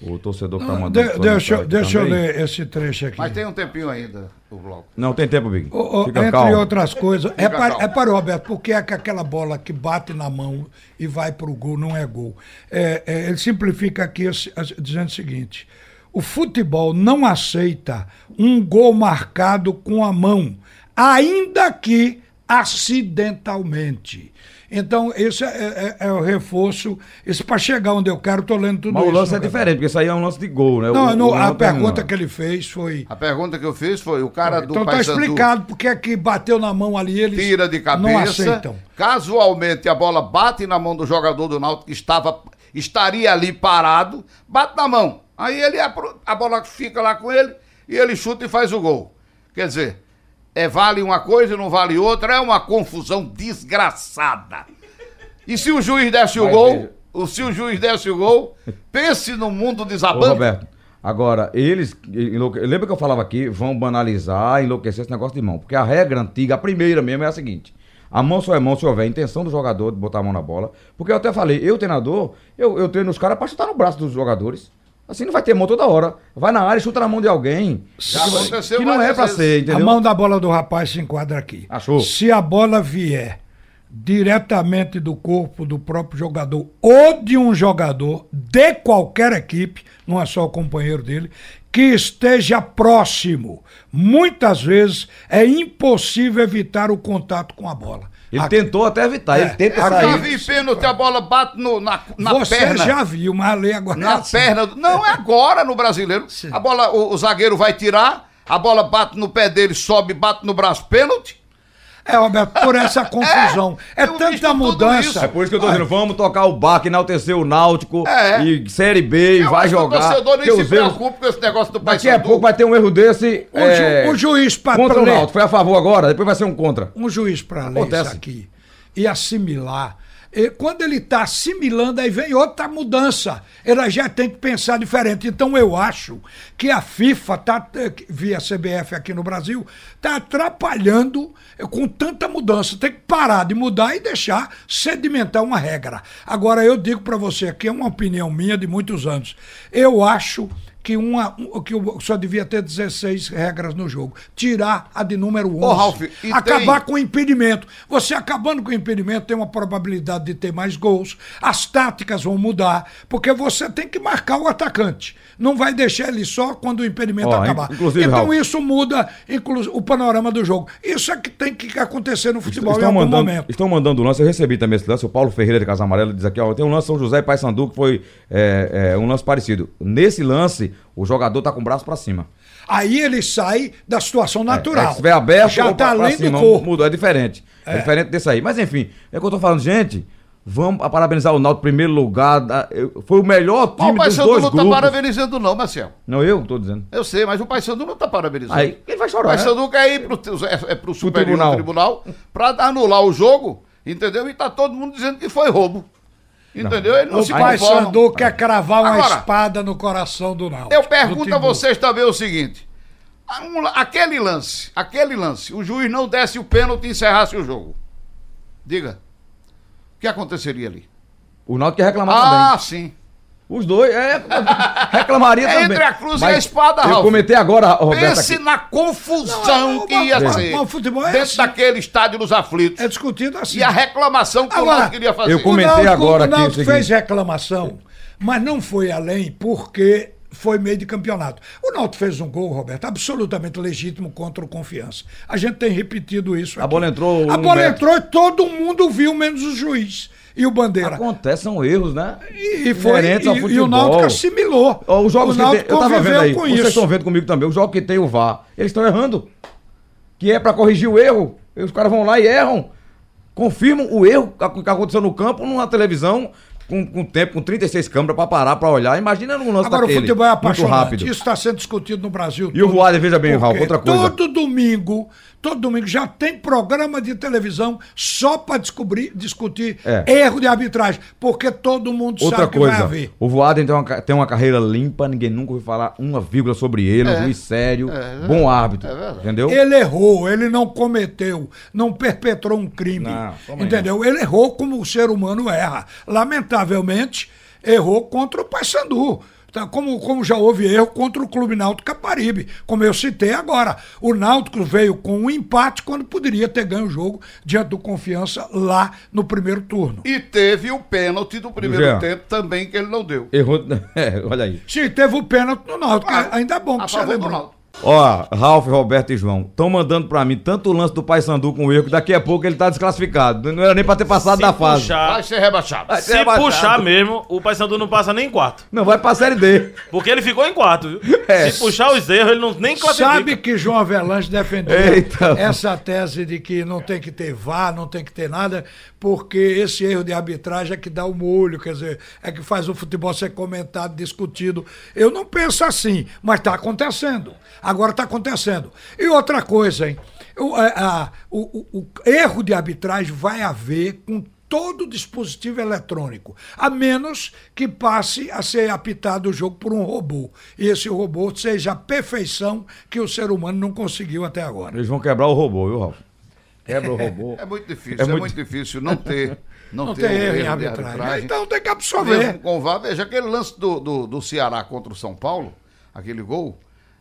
[SPEAKER 3] o torcedor que tá mandando.
[SPEAKER 5] Ah, De-
[SPEAKER 3] sua
[SPEAKER 5] deixa eu-
[SPEAKER 3] mensagem
[SPEAKER 5] deixa eu
[SPEAKER 3] também.
[SPEAKER 5] ler esse trecho aqui.
[SPEAKER 4] Mas tem um tempinho ainda o bloco.
[SPEAKER 3] Não, tem tempo, Big.
[SPEAKER 5] Ô, ô,
[SPEAKER 3] Fica
[SPEAKER 5] entre
[SPEAKER 3] calmo.
[SPEAKER 5] outras coisas, é
[SPEAKER 4] Fica
[SPEAKER 5] para,
[SPEAKER 4] calmo.
[SPEAKER 5] é para o Roberto, porque é que aquela bola que bate na mão e vai para o gol não é gol. É, é, ele simplifica aqui esse- as- dizendo o seguinte: o futebol não aceita um gol marcado com a mão, ainda que acidentalmente. Então, esse é, é- é o reforço. Esse para chegar onde eu quero, estou lendo tudo
[SPEAKER 3] Mas
[SPEAKER 5] isso.
[SPEAKER 3] o lance é
[SPEAKER 5] né,
[SPEAKER 3] diferente, porque isso aí é um lance de gol, né?
[SPEAKER 5] Roberto? Não,
[SPEAKER 3] O-
[SPEAKER 5] não,
[SPEAKER 3] o
[SPEAKER 5] a
[SPEAKER 3] não terminou.
[SPEAKER 5] pergunta que ele fez foi.
[SPEAKER 4] A pergunta que eu fiz foi: o cara do
[SPEAKER 5] Então tá
[SPEAKER 4] Paysandu
[SPEAKER 5] explicado porque é que bateu na mão ali, eles
[SPEAKER 4] tira de cabeça.
[SPEAKER 5] não então. aceitam.
[SPEAKER 4] Casualmente a bola bate na mão do jogador do Náutico que estava estaria ali parado, bate na mão. Aí ele apro- a bola fica lá com ele e ele chuta e faz o gol. Quer dizer, é vale uma coisa e não vale outra, é uma confusão desgraçada. E se o juiz desse o
[SPEAKER 3] Mas
[SPEAKER 4] gol,
[SPEAKER 3] veja-
[SPEAKER 4] o- se o juiz desse o gol, pense no mundo
[SPEAKER 5] tá
[SPEAKER 3] Ô,
[SPEAKER 4] desabando.
[SPEAKER 3] Roberto, agora, eles. enlouque- Lembra que eu falava aqui, vão banalizar, enlouquecer esse negócio de mão. Porque a regra antiga, a primeira mesmo, é a seguinte. A mão só é mão se houver intenção do jogador de botar a mão na bola. Porque eu até falei, eu, treinador, eu, eu treino os caras pra chutar no braço dos jogadores. Assim não vai ter mão toda hora. Vai na área e chuta na mão de alguém.
[SPEAKER 4] Já aconteceu
[SPEAKER 3] que não é
[SPEAKER 4] várias
[SPEAKER 3] pra
[SPEAKER 4] vezes.
[SPEAKER 3] ser,
[SPEAKER 5] A
[SPEAKER 3] entendeu?
[SPEAKER 5] mão da bola do rapaz se enquadra aqui.
[SPEAKER 3] Achou.
[SPEAKER 5] Se a bola vier diretamente do corpo do próprio jogador ou de um jogador de qualquer equipe, não é só o companheiro dele, que esteja próximo. Muitas vezes é impossível evitar o contato com a bola.
[SPEAKER 3] Ele
[SPEAKER 5] Aqui-
[SPEAKER 3] tentou até evitar,
[SPEAKER 5] É,
[SPEAKER 3] ele tenta
[SPEAKER 5] aqui-
[SPEAKER 4] Já
[SPEAKER 3] sair.
[SPEAKER 4] vi pênalti, a bola bate no- na, na
[SPEAKER 5] Você
[SPEAKER 4] perna.
[SPEAKER 5] já viu, mas a lei agora é
[SPEAKER 4] Na
[SPEAKER 5] assim.
[SPEAKER 4] perna. do- Não, é agora no brasileiro. A bola, o, o zagueiro vai tirar, a bola bate no pé dele, sobe, bate no braço, pênalti.
[SPEAKER 5] É, Roberto, por essa confusão. É,
[SPEAKER 4] eu visto
[SPEAKER 5] tanta
[SPEAKER 4] tudo
[SPEAKER 5] mudança.
[SPEAKER 4] isso.
[SPEAKER 3] É por isso que eu tô dizendo, vamos tocar o baque, enaltecer o Náutico
[SPEAKER 4] É.
[SPEAKER 3] e Série B e
[SPEAKER 4] Eu
[SPEAKER 3] vai
[SPEAKER 4] acho que
[SPEAKER 3] jogar.
[SPEAKER 4] O torcedor nem
[SPEAKER 3] porque
[SPEAKER 4] se
[SPEAKER 3] os erros-
[SPEAKER 4] preocupa com esse negócio do
[SPEAKER 3] Daqui a
[SPEAKER 4] Paysandu.
[SPEAKER 3] pouco vai ter um erro desse. é,
[SPEAKER 5] O, ju- o juiz né? para
[SPEAKER 3] Contra o
[SPEAKER 5] ler,
[SPEAKER 3] Náutico, foi a favor agora, depois vai ser um contra.
[SPEAKER 5] um juiz para ler
[SPEAKER 3] Acontece.
[SPEAKER 5] isso aqui e assimilar. E quando ele está assimilando, aí vem outra mudança. Ele já tem que pensar diferente. Então eu acho que a FIFA, tá, eh, via CBF aqui no Brasil, está atrapalhando eh, com tanta mudança. Tem que parar de mudar e deixar sedimentar uma regra. Agora eu digo para você aqui, é uma opinião minha de muitos anos. Eu acho que, uma, um- que o- só devia ter 16 regras no jogo. Tirar a de número 11.
[SPEAKER 4] Ralf, e
[SPEAKER 5] acabar
[SPEAKER 4] tem-
[SPEAKER 5] com o impedimento. Você acabando com o impedimento, tem uma probabilidade de ter mais gols. As táticas vão mudar, porque você tem que marcar o atacante. Não vai deixar ele só quando o impedimento
[SPEAKER 3] Ó,
[SPEAKER 5] acabar.
[SPEAKER 3] in- inclusive,
[SPEAKER 5] então
[SPEAKER 3] Ralf-
[SPEAKER 5] isso muda inclu- o panorama do jogo. Isso é que tem que acontecer no futebol
[SPEAKER 3] estão
[SPEAKER 5] em algum
[SPEAKER 3] mandando,
[SPEAKER 5] momento.
[SPEAKER 3] Estão mandando lance, eu recebi também esse lance, o Paulo Ferreira de Casa Amarela diz aqui, ó, tem um lance São José e Paysandu que foi é, é, um lance parecido. Nesse lance, o jogador tá com o braço pra cima.
[SPEAKER 5] Aí ele sai da situação natural.
[SPEAKER 3] É, se tiver aberto,
[SPEAKER 5] já
[SPEAKER 3] ou
[SPEAKER 5] tá
[SPEAKER 3] pra- pra
[SPEAKER 5] além do
[SPEAKER 3] cima,
[SPEAKER 5] corpo.
[SPEAKER 3] Mudou, é diferente. É. diferente desse aí. Mas enfim, é o que eu tô falando, gente. Vamos a- parabenizar o Náutico, primeiro lugar. da- eu- foi o melhor
[SPEAKER 4] Mas
[SPEAKER 3] time
[SPEAKER 4] o
[SPEAKER 3] dos
[SPEAKER 4] Paysandu
[SPEAKER 3] dois
[SPEAKER 4] não tá
[SPEAKER 3] grupos.
[SPEAKER 4] parabenizando, não, Marcel.
[SPEAKER 3] Não, eu que tô dizendo.
[SPEAKER 4] Eu sei, mas o Paysandu não tá parabenizando.
[SPEAKER 3] Aí, ele vai chorar,
[SPEAKER 4] O
[SPEAKER 3] né?
[SPEAKER 4] Paysandu quer ir pro, é, é pro Superior
[SPEAKER 3] tribunal.
[SPEAKER 4] Tribunal, pra anular o jogo, entendeu? E tá todo mundo dizendo que foi roubo. Entendeu? Ele não
[SPEAKER 5] O
[SPEAKER 4] se conforma.
[SPEAKER 5] Paysandu quer cravar uma
[SPEAKER 4] Agora,
[SPEAKER 5] espada no coração do Náutico.
[SPEAKER 4] Eu
[SPEAKER 5] do
[SPEAKER 4] pergunto a
[SPEAKER 5] Timbu.
[SPEAKER 4] vocês também o seguinte: a- um la- aquele lance, aquele lance, o juiz não desse o pênalti e encerrasse o jogo. Diga. O que aconteceria ali?
[SPEAKER 3] O Náutico quer reclamar também.
[SPEAKER 4] Ah, sim.
[SPEAKER 3] Os dois, é. Reclamaria
[SPEAKER 4] É
[SPEAKER 3] também.
[SPEAKER 4] entre a cruz e
[SPEAKER 3] Mas
[SPEAKER 4] a espada,
[SPEAKER 3] Eu
[SPEAKER 4] Ralf.
[SPEAKER 3] comentei agora, Roberto.
[SPEAKER 4] Pense
[SPEAKER 3] Aqui.
[SPEAKER 4] na confusão
[SPEAKER 5] Não, é-
[SPEAKER 4] que ia
[SPEAKER 5] mas- mas-
[SPEAKER 4] ser
[SPEAKER 5] mas o futebol é
[SPEAKER 4] dentro
[SPEAKER 5] assim.
[SPEAKER 4] daquele estádio dos aflitos.
[SPEAKER 5] É discutido assim.
[SPEAKER 4] E a reclamação que o
[SPEAKER 5] Agora,
[SPEAKER 4] Náutico queria fazer.
[SPEAKER 3] eu comentei
[SPEAKER 5] o Náutico-
[SPEAKER 3] agora
[SPEAKER 5] o
[SPEAKER 3] aqui o
[SPEAKER 5] Náutico
[SPEAKER 3] seguinte.
[SPEAKER 5] fez reclamação, mas não foi além porque foi meio de campeonato. O Náutico fez um gol, Roberto, absolutamente legítimo contra o Confiança. A gente tem repetido isso.
[SPEAKER 3] A
[SPEAKER 5] aqui.
[SPEAKER 3] bola entrou, um
[SPEAKER 5] A bola
[SPEAKER 3] Humberto.
[SPEAKER 5] entrou e todo mundo viu, menos o juiz e o Bandeira.
[SPEAKER 3] Acontece, são erros, né?
[SPEAKER 5] E, e foi
[SPEAKER 3] Inerentes
[SPEAKER 5] e,
[SPEAKER 3] ao
[SPEAKER 5] e o
[SPEAKER 3] futebol.
[SPEAKER 5] Náutico assimilou.
[SPEAKER 3] Ó, os jogos
[SPEAKER 5] o
[SPEAKER 3] que tem,
[SPEAKER 5] Náutico
[SPEAKER 3] eu tava vendo
[SPEAKER 5] conviveu
[SPEAKER 3] aí,
[SPEAKER 5] com
[SPEAKER 3] vocês
[SPEAKER 5] isso.
[SPEAKER 3] estão vendo comigo também, o jogo que tem o VAR, eles estão errando. Que é pra corrigir o erro. E os caras vão lá e erram. Confirmam o erro que que aconteceu no campo, numa televisão, com, com tempo, com 36 câmeras pra parar, pra olhar. Imagina num lance
[SPEAKER 5] Agora
[SPEAKER 3] daquele.
[SPEAKER 5] o futebol é
[SPEAKER 3] muito
[SPEAKER 5] apaixonante.
[SPEAKER 3] rápido.
[SPEAKER 5] Isso está sendo discutido no Brasil.
[SPEAKER 3] E o
[SPEAKER 5] todo.
[SPEAKER 3] Voader, veja bem,
[SPEAKER 5] Por
[SPEAKER 3] Ralf,
[SPEAKER 5] quê?
[SPEAKER 3] outra coisa.
[SPEAKER 5] Todo domingo, todo domingo já tem programa de televisão só para descobrir, discutir
[SPEAKER 3] É.
[SPEAKER 5] erro de arbitragem, porque todo mundo
[SPEAKER 3] Outra
[SPEAKER 5] sabe que vai
[SPEAKER 3] coisa,
[SPEAKER 5] haver.
[SPEAKER 3] o Voaden tem uma, ca- tem uma carreira limpa, ninguém nunca ouviu falar uma vírgula sobre ele, um juiz sério,
[SPEAKER 4] é,
[SPEAKER 3] bom árbitro,
[SPEAKER 4] é verdade.
[SPEAKER 3] entendeu?
[SPEAKER 5] Ele errou, ele não cometeu, não perpetrou um crime.
[SPEAKER 3] Não, toma aí.
[SPEAKER 5] entendeu? Ele errou como o ser humano erra. Lamentavelmente, errou contra o Paysandu. Tá, Como, como já houve erro contra o Clube Náutico Caparibe, como eu citei agora. O Náutico veio com um empate quando poderia ter ganho o jogo diante do Confiança lá no primeiro turno.
[SPEAKER 4] E teve o pênalti do primeiro
[SPEAKER 3] Jean.
[SPEAKER 4] tempo também que ele não deu.
[SPEAKER 3] Errou, é, olha aí.
[SPEAKER 5] Sim, teve o pênalti no Náutico. Ainda bom
[SPEAKER 4] Ah, A
[SPEAKER 5] que você
[SPEAKER 4] favor do
[SPEAKER 5] lembrou.
[SPEAKER 4] Náutico.
[SPEAKER 3] Ó, Ralf, Roberto e João, estão mandando pra mim tanto o lance do Paysandu com o erro que daqui a pouco ele tá desclassificado. Não era nem pra ter passado da fase.
[SPEAKER 4] Vai
[SPEAKER 6] Puxar,
[SPEAKER 4] ser rebaixado.
[SPEAKER 3] Vai ser
[SPEAKER 6] se
[SPEAKER 3] rebaixado.
[SPEAKER 6] puxar mesmo, o Paysandu não passa nem em quarto.
[SPEAKER 3] Não, vai pra Série D.
[SPEAKER 6] Porque ele ficou em quarto, viu?
[SPEAKER 3] É.
[SPEAKER 6] Se puxar os erros, ele não nem classifica.
[SPEAKER 5] Sabe que João Avelange defendeu
[SPEAKER 3] Eita.
[SPEAKER 5] essa tese de que não tem que ter VAR, não tem que ter nada, porque esse erro de arbitragem é que dá o molho, quer dizer, é que faz o futebol ser comentado, discutido. Eu não penso assim, mas está acontecendo. Agora está acontecendo. E outra coisa, hein? O, é, a- o- o- o erro de arbitragem vai haver com todo dispositivo eletrônico, a menos que passe a ser apitado o jogo por um robô. E esse robô seja a perfeição que o ser humano não conseguiu até agora.
[SPEAKER 3] Eles vão quebrar o robô, viu, Ralf? Quebra o robô.
[SPEAKER 4] É muito difícil,
[SPEAKER 3] É
[SPEAKER 4] é,
[SPEAKER 3] muito-
[SPEAKER 4] muito... difícil não ter, não
[SPEAKER 5] Não
[SPEAKER 4] ter
[SPEAKER 5] tem
[SPEAKER 4] um
[SPEAKER 5] erro em
[SPEAKER 4] de
[SPEAKER 5] arbitragem. Então tem que absorver.
[SPEAKER 4] Mesmo com o VAR, veja aquele lance do, do, do Ceará contra o São Paulo, aquele gol.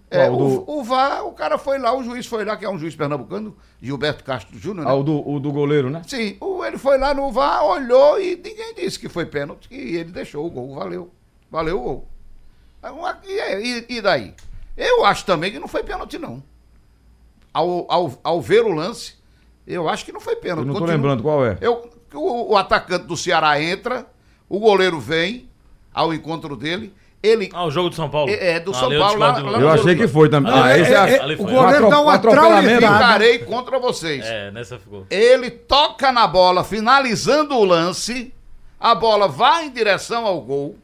[SPEAKER 4] É,
[SPEAKER 3] Qual,
[SPEAKER 4] o,
[SPEAKER 3] do-
[SPEAKER 4] o VAR, o cara foi lá, o juiz foi lá, que é um juiz pernambucano, Gilberto Castro Júnior. né?
[SPEAKER 3] Ah, o do, o do goleiro, né?
[SPEAKER 4] Sim, o- ele foi lá no VAR, olhou e ninguém disse que foi pênalti. E ele deixou o gol, valeu. Valeu o gol. Aí, uma- E, aí- e daí? Eu acho também que não foi pênalti, não. Ao, ao, ao ver o lance, eu acho que não foi pênalti.
[SPEAKER 3] Eu não tô
[SPEAKER 4] Continua-
[SPEAKER 3] lembrando qual é.
[SPEAKER 4] Eu, o, o atacante do Ceará entra, o goleiro vem ao encontro dele, ele
[SPEAKER 6] Ah, o jogo do São Paulo.
[SPEAKER 4] É, é, do
[SPEAKER 6] Ah,
[SPEAKER 4] São
[SPEAKER 6] ali eu
[SPEAKER 4] Paulo, lá-
[SPEAKER 6] discordo.
[SPEAKER 4] lá
[SPEAKER 3] Eu achei que foi também.
[SPEAKER 6] Ah,
[SPEAKER 3] Ah,
[SPEAKER 6] é,
[SPEAKER 3] esse é,
[SPEAKER 6] é,
[SPEAKER 3] a-
[SPEAKER 6] é, o
[SPEAKER 3] um
[SPEAKER 5] goleiro dá uma
[SPEAKER 3] atropelamento.
[SPEAKER 5] traulitada.
[SPEAKER 4] ficarei contra vocês.
[SPEAKER 6] É, nessa ficou.
[SPEAKER 4] Ele toca na bola, finalizando o lance. A bola vai em direção ao gol.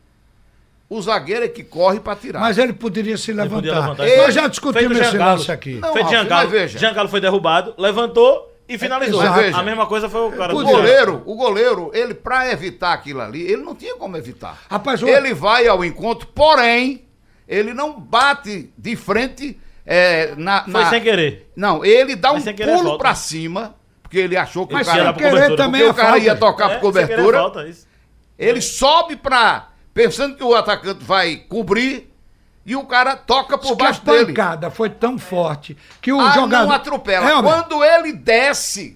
[SPEAKER 4] O zagueiro é que corre para tirar.
[SPEAKER 5] Mas ele poderia se levantar.
[SPEAKER 6] podia levantar.
[SPEAKER 5] Nós já discutimos
[SPEAKER 6] Feito
[SPEAKER 5] esse
[SPEAKER 6] Jean
[SPEAKER 5] lance
[SPEAKER 6] Carlos.
[SPEAKER 5] aqui.
[SPEAKER 4] Não,
[SPEAKER 6] Foi
[SPEAKER 4] Ralf,
[SPEAKER 6] Giancarlo.
[SPEAKER 4] mas veja.
[SPEAKER 6] Giancarlo foi derrubado, levantou e finalizou.
[SPEAKER 5] Exato.
[SPEAKER 6] A mesma coisa foi o cara
[SPEAKER 4] o
[SPEAKER 6] do
[SPEAKER 4] goleiro, o goleiro, ele para evitar aquilo ali, ele não tinha como evitar.
[SPEAKER 5] Rapaz, o-
[SPEAKER 4] ele vai ao encontro, porém, ele não bate de frente eh, na,
[SPEAKER 6] Foi
[SPEAKER 4] na-
[SPEAKER 6] sem querer.
[SPEAKER 4] Não, ele dá um
[SPEAKER 6] Mas sem querer
[SPEAKER 4] pulo
[SPEAKER 6] volta. né?
[SPEAKER 4] para cima, porque ele achou que
[SPEAKER 6] Mas
[SPEAKER 4] o
[SPEAKER 6] se
[SPEAKER 4] cara,
[SPEAKER 6] era
[SPEAKER 5] Sem
[SPEAKER 6] pra
[SPEAKER 5] querer
[SPEAKER 6] cobertura,
[SPEAKER 5] também
[SPEAKER 4] porque
[SPEAKER 5] a
[SPEAKER 4] o cara
[SPEAKER 5] falta.
[SPEAKER 4] ia tocar por
[SPEAKER 6] É, sem querer
[SPEAKER 4] cobertura.
[SPEAKER 6] Volta, isso.
[SPEAKER 4] Ele sobe pra. pensando que o atacante vai cobrir. e o cara toca
[SPEAKER 5] Diz
[SPEAKER 4] por
[SPEAKER 5] que a
[SPEAKER 4] baixo dele.
[SPEAKER 5] pancada foi tão forte que o
[SPEAKER 4] ah,
[SPEAKER 5] jogador.
[SPEAKER 4] não atropela.
[SPEAKER 5] É, homem,
[SPEAKER 4] Quando ele desce,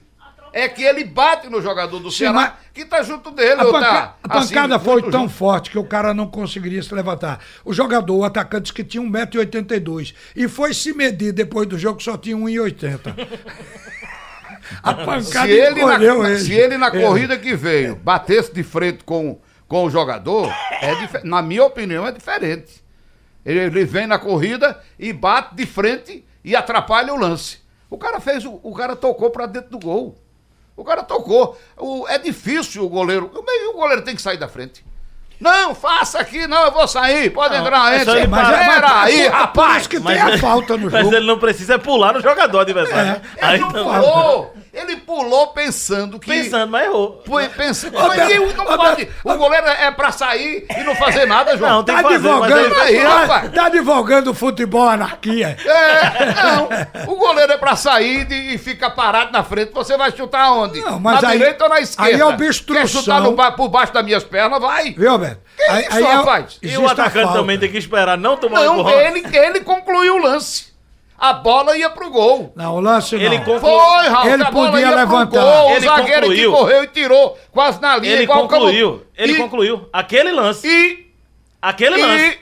[SPEAKER 4] é que ele bate no jogador do Ceará,
[SPEAKER 5] mas-
[SPEAKER 4] que tá junto dele.
[SPEAKER 5] a,
[SPEAKER 4] ou
[SPEAKER 5] panca-
[SPEAKER 4] tá
[SPEAKER 5] a pancada
[SPEAKER 4] assim,
[SPEAKER 5] foi
[SPEAKER 4] junto,
[SPEAKER 5] tão
[SPEAKER 4] junto.
[SPEAKER 5] forte que o cara não conseguiria se levantar. O jogador, o atacante, disse que tinha 1,82m. E foi se medir depois do jogo, só tinha 1,80m. a pancada
[SPEAKER 4] se ele, na,
[SPEAKER 5] encolheu ele.
[SPEAKER 4] se ele na
[SPEAKER 5] É.
[SPEAKER 4] corrida que veio batesse de frente com, com o jogador, é dife- na minha opinião, é diferente. Ele, ele vem na corrida e bate de frente e atrapalha o lance. O cara fez, o, o cara tocou pra dentro do gol. O cara tocou. O- é difícil o goleiro. O, meio- o goleiro tem que sair da frente. Não, faça aqui, não, eu vou sair. Pode entrar,
[SPEAKER 6] é só
[SPEAKER 4] entra.
[SPEAKER 6] ele
[SPEAKER 5] Mas é- mas-
[SPEAKER 4] Pera aí,
[SPEAKER 5] é por- é por
[SPEAKER 4] rapaz.
[SPEAKER 5] isso que tem a falta no
[SPEAKER 6] Mas
[SPEAKER 5] jogo. É.
[SPEAKER 6] ele não precisa é pular no jogador adversário. tá
[SPEAKER 4] Ele não pulou. Ele pulou pensando que.
[SPEAKER 6] Pensando, mas errou.
[SPEAKER 4] Foi pensando.
[SPEAKER 5] Ô, Beto,
[SPEAKER 4] não
[SPEAKER 5] ô,
[SPEAKER 4] pode.
[SPEAKER 5] Beto,
[SPEAKER 4] O goleiro é pra sair e não fazer nada, João. É,
[SPEAKER 6] Não, tem
[SPEAKER 5] Tá
[SPEAKER 6] que fazer, mas
[SPEAKER 5] divulgando,
[SPEAKER 6] ele...
[SPEAKER 4] Peraí,
[SPEAKER 5] tá,
[SPEAKER 4] rapaz.
[SPEAKER 5] tá divulgando o futebol anarquia.
[SPEAKER 4] É, não. O goleiro é pra sair de- e fica parado na frente. Você vai chutar onde?
[SPEAKER 5] Não, mas
[SPEAKER 4] na
[SPEAKER 5] aí-
[SPEAKER 4] direita ou na esquerda?
[SPEAKER 5] aí é obstrução.
[SPEAKER 4] Quer chutar no ba- por baixo das minhas pernas? Vai.
[SPEAKER 5] Viu, Beto?
[SPEAKER 4] Que isso,
[SPEAKER 5] é-
[SPEAKER 4] rapaz?
[SPEAKER 6] E
[SPEAKER 5] existe
[SPEAKER 6] o
[SPEAKER 5] a
[SPEAKER 6] atacante
[SPEAKER 5] falta.
[SPEAKER 6] também tem que esperar não tomar o
[SPEAKER 4] Não,
[SPEAKER 6] empurrão.
[SPEAKER 4] ele, ele concluiu o lance. A bola ia pro gol.
[SPEAKER 5] Não, o lance não.
[SPEAKER 6] Ele conclu-
[SPEAKER 4] Foi, Raul.
[SPEAKER 5] Ele
[SPEAKER 4] a bola
[SPEAKER 5] podia
[SPEAKER 4] ia pro
[SPEAKER 5] levantar.
[SPEAKER 4] Gol, o
[SPEAKER 6] Ele
[SPEAKER 4] zagueiro
[SPEAKER 6] concluiu.
[SPEAKER 4] que correu e tirou quase na linha.
[SPEAKER 6] Ele
[SPEAKER 4] igual o Cabo-
[SPEAKER 6] concluiu. Ele
[SPEAKER 4] E-
[SPEAKER 6] concluiu. Aquele lance.
[SPEAKER 4] E
[SPEAKER 6] Aquele lance.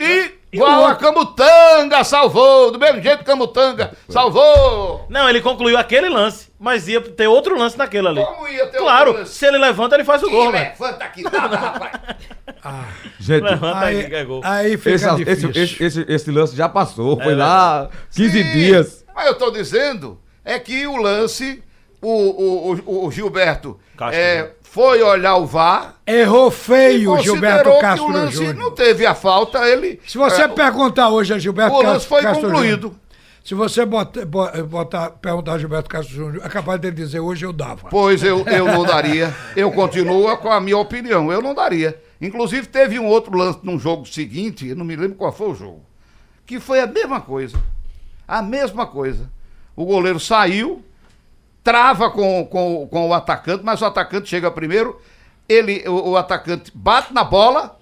[SPEAKER 4] E, e
[SPEAKER 6] E o
[SPEAKER 4] igual a
[SPEAKER 6] outro?
[SPEAKER 4] Camutanga salvou, do mesmo jeito Camutanga salvou.
[SPEAKER 6] Não, ele concluiu aquele lance, mas ia ter outro lance naquele ali.
[SPEAKER 4] Como ia ter outro
[SPEAKER 6] claro,
[SPEAKER 4] lance?
[SPEAKER 6] se ele levanta, ele faz o gol, velho.
[SPEAKER 4] Levanta aqui, nada, rapaz.
[SPEAKER 3] Gente,
[SPEAKER 6] Levanta aí,
[SPEAKER 5] Aí,
[SPEAKER 6] que é gol.
[SPEAKER 5] aí fica
[SPEAKER 3] esse,
[SPEAKER 5] difícil.
[SPEAKER 3] esse, esse, esse- esse lance já passou. foi
[SPEAKER 6] É
[SPEAKER 3] lá 15
[SPEAKER 4] Sim,
[SPEAKER 3] dias.
[SPEAKER 4] Mas eu tô dizendo é que o lance, o, o, o, o Gilberto
[SPEAKER 6] Castro.
[SPEAKER 4] é, foi olhar o VAR.
[SPEAKER 5] Errou feio o
[SPEAKER 4] considerou
[SPEAKER 5] Gilberto
[SPEAKER 4] que o
[SPEAKER 5] Castro
[SPEAKER 4] lance
[SPEAKER 5] Júnior.
[SPEAKER 4] não teve a falta, ele.
[SPEAKER 5] Se você
[SPEAKER 4] é,
[SPEAKER 5] perguntar hoje a Gilberto
[SPEAKER 4] o
[SPEAKER 5] Cas-
[SPEAKER 4] lance foi
[SPEAKER 5] Júnior,
[SPEAKER 4] concluído.
[SPEAKER 5] se você botar, bo- botar, perguntar a Gilberto Castro Júnior, é capaz dele dizer hoje eu dava.
[SPEAKER 4] Pois eu, eu não daria. Eu continuo com a minha opinião. Eu não daria. Inclusive, teve um outro lance num jogo seguinte, eu não me lembro qual foi o jogo, que foi a mesma coisa. A mesma coisa. O goleiro saiu, trava com, com, com o atacante, mas o atacante chega primeiro, ele, o, o atacante bate na bola,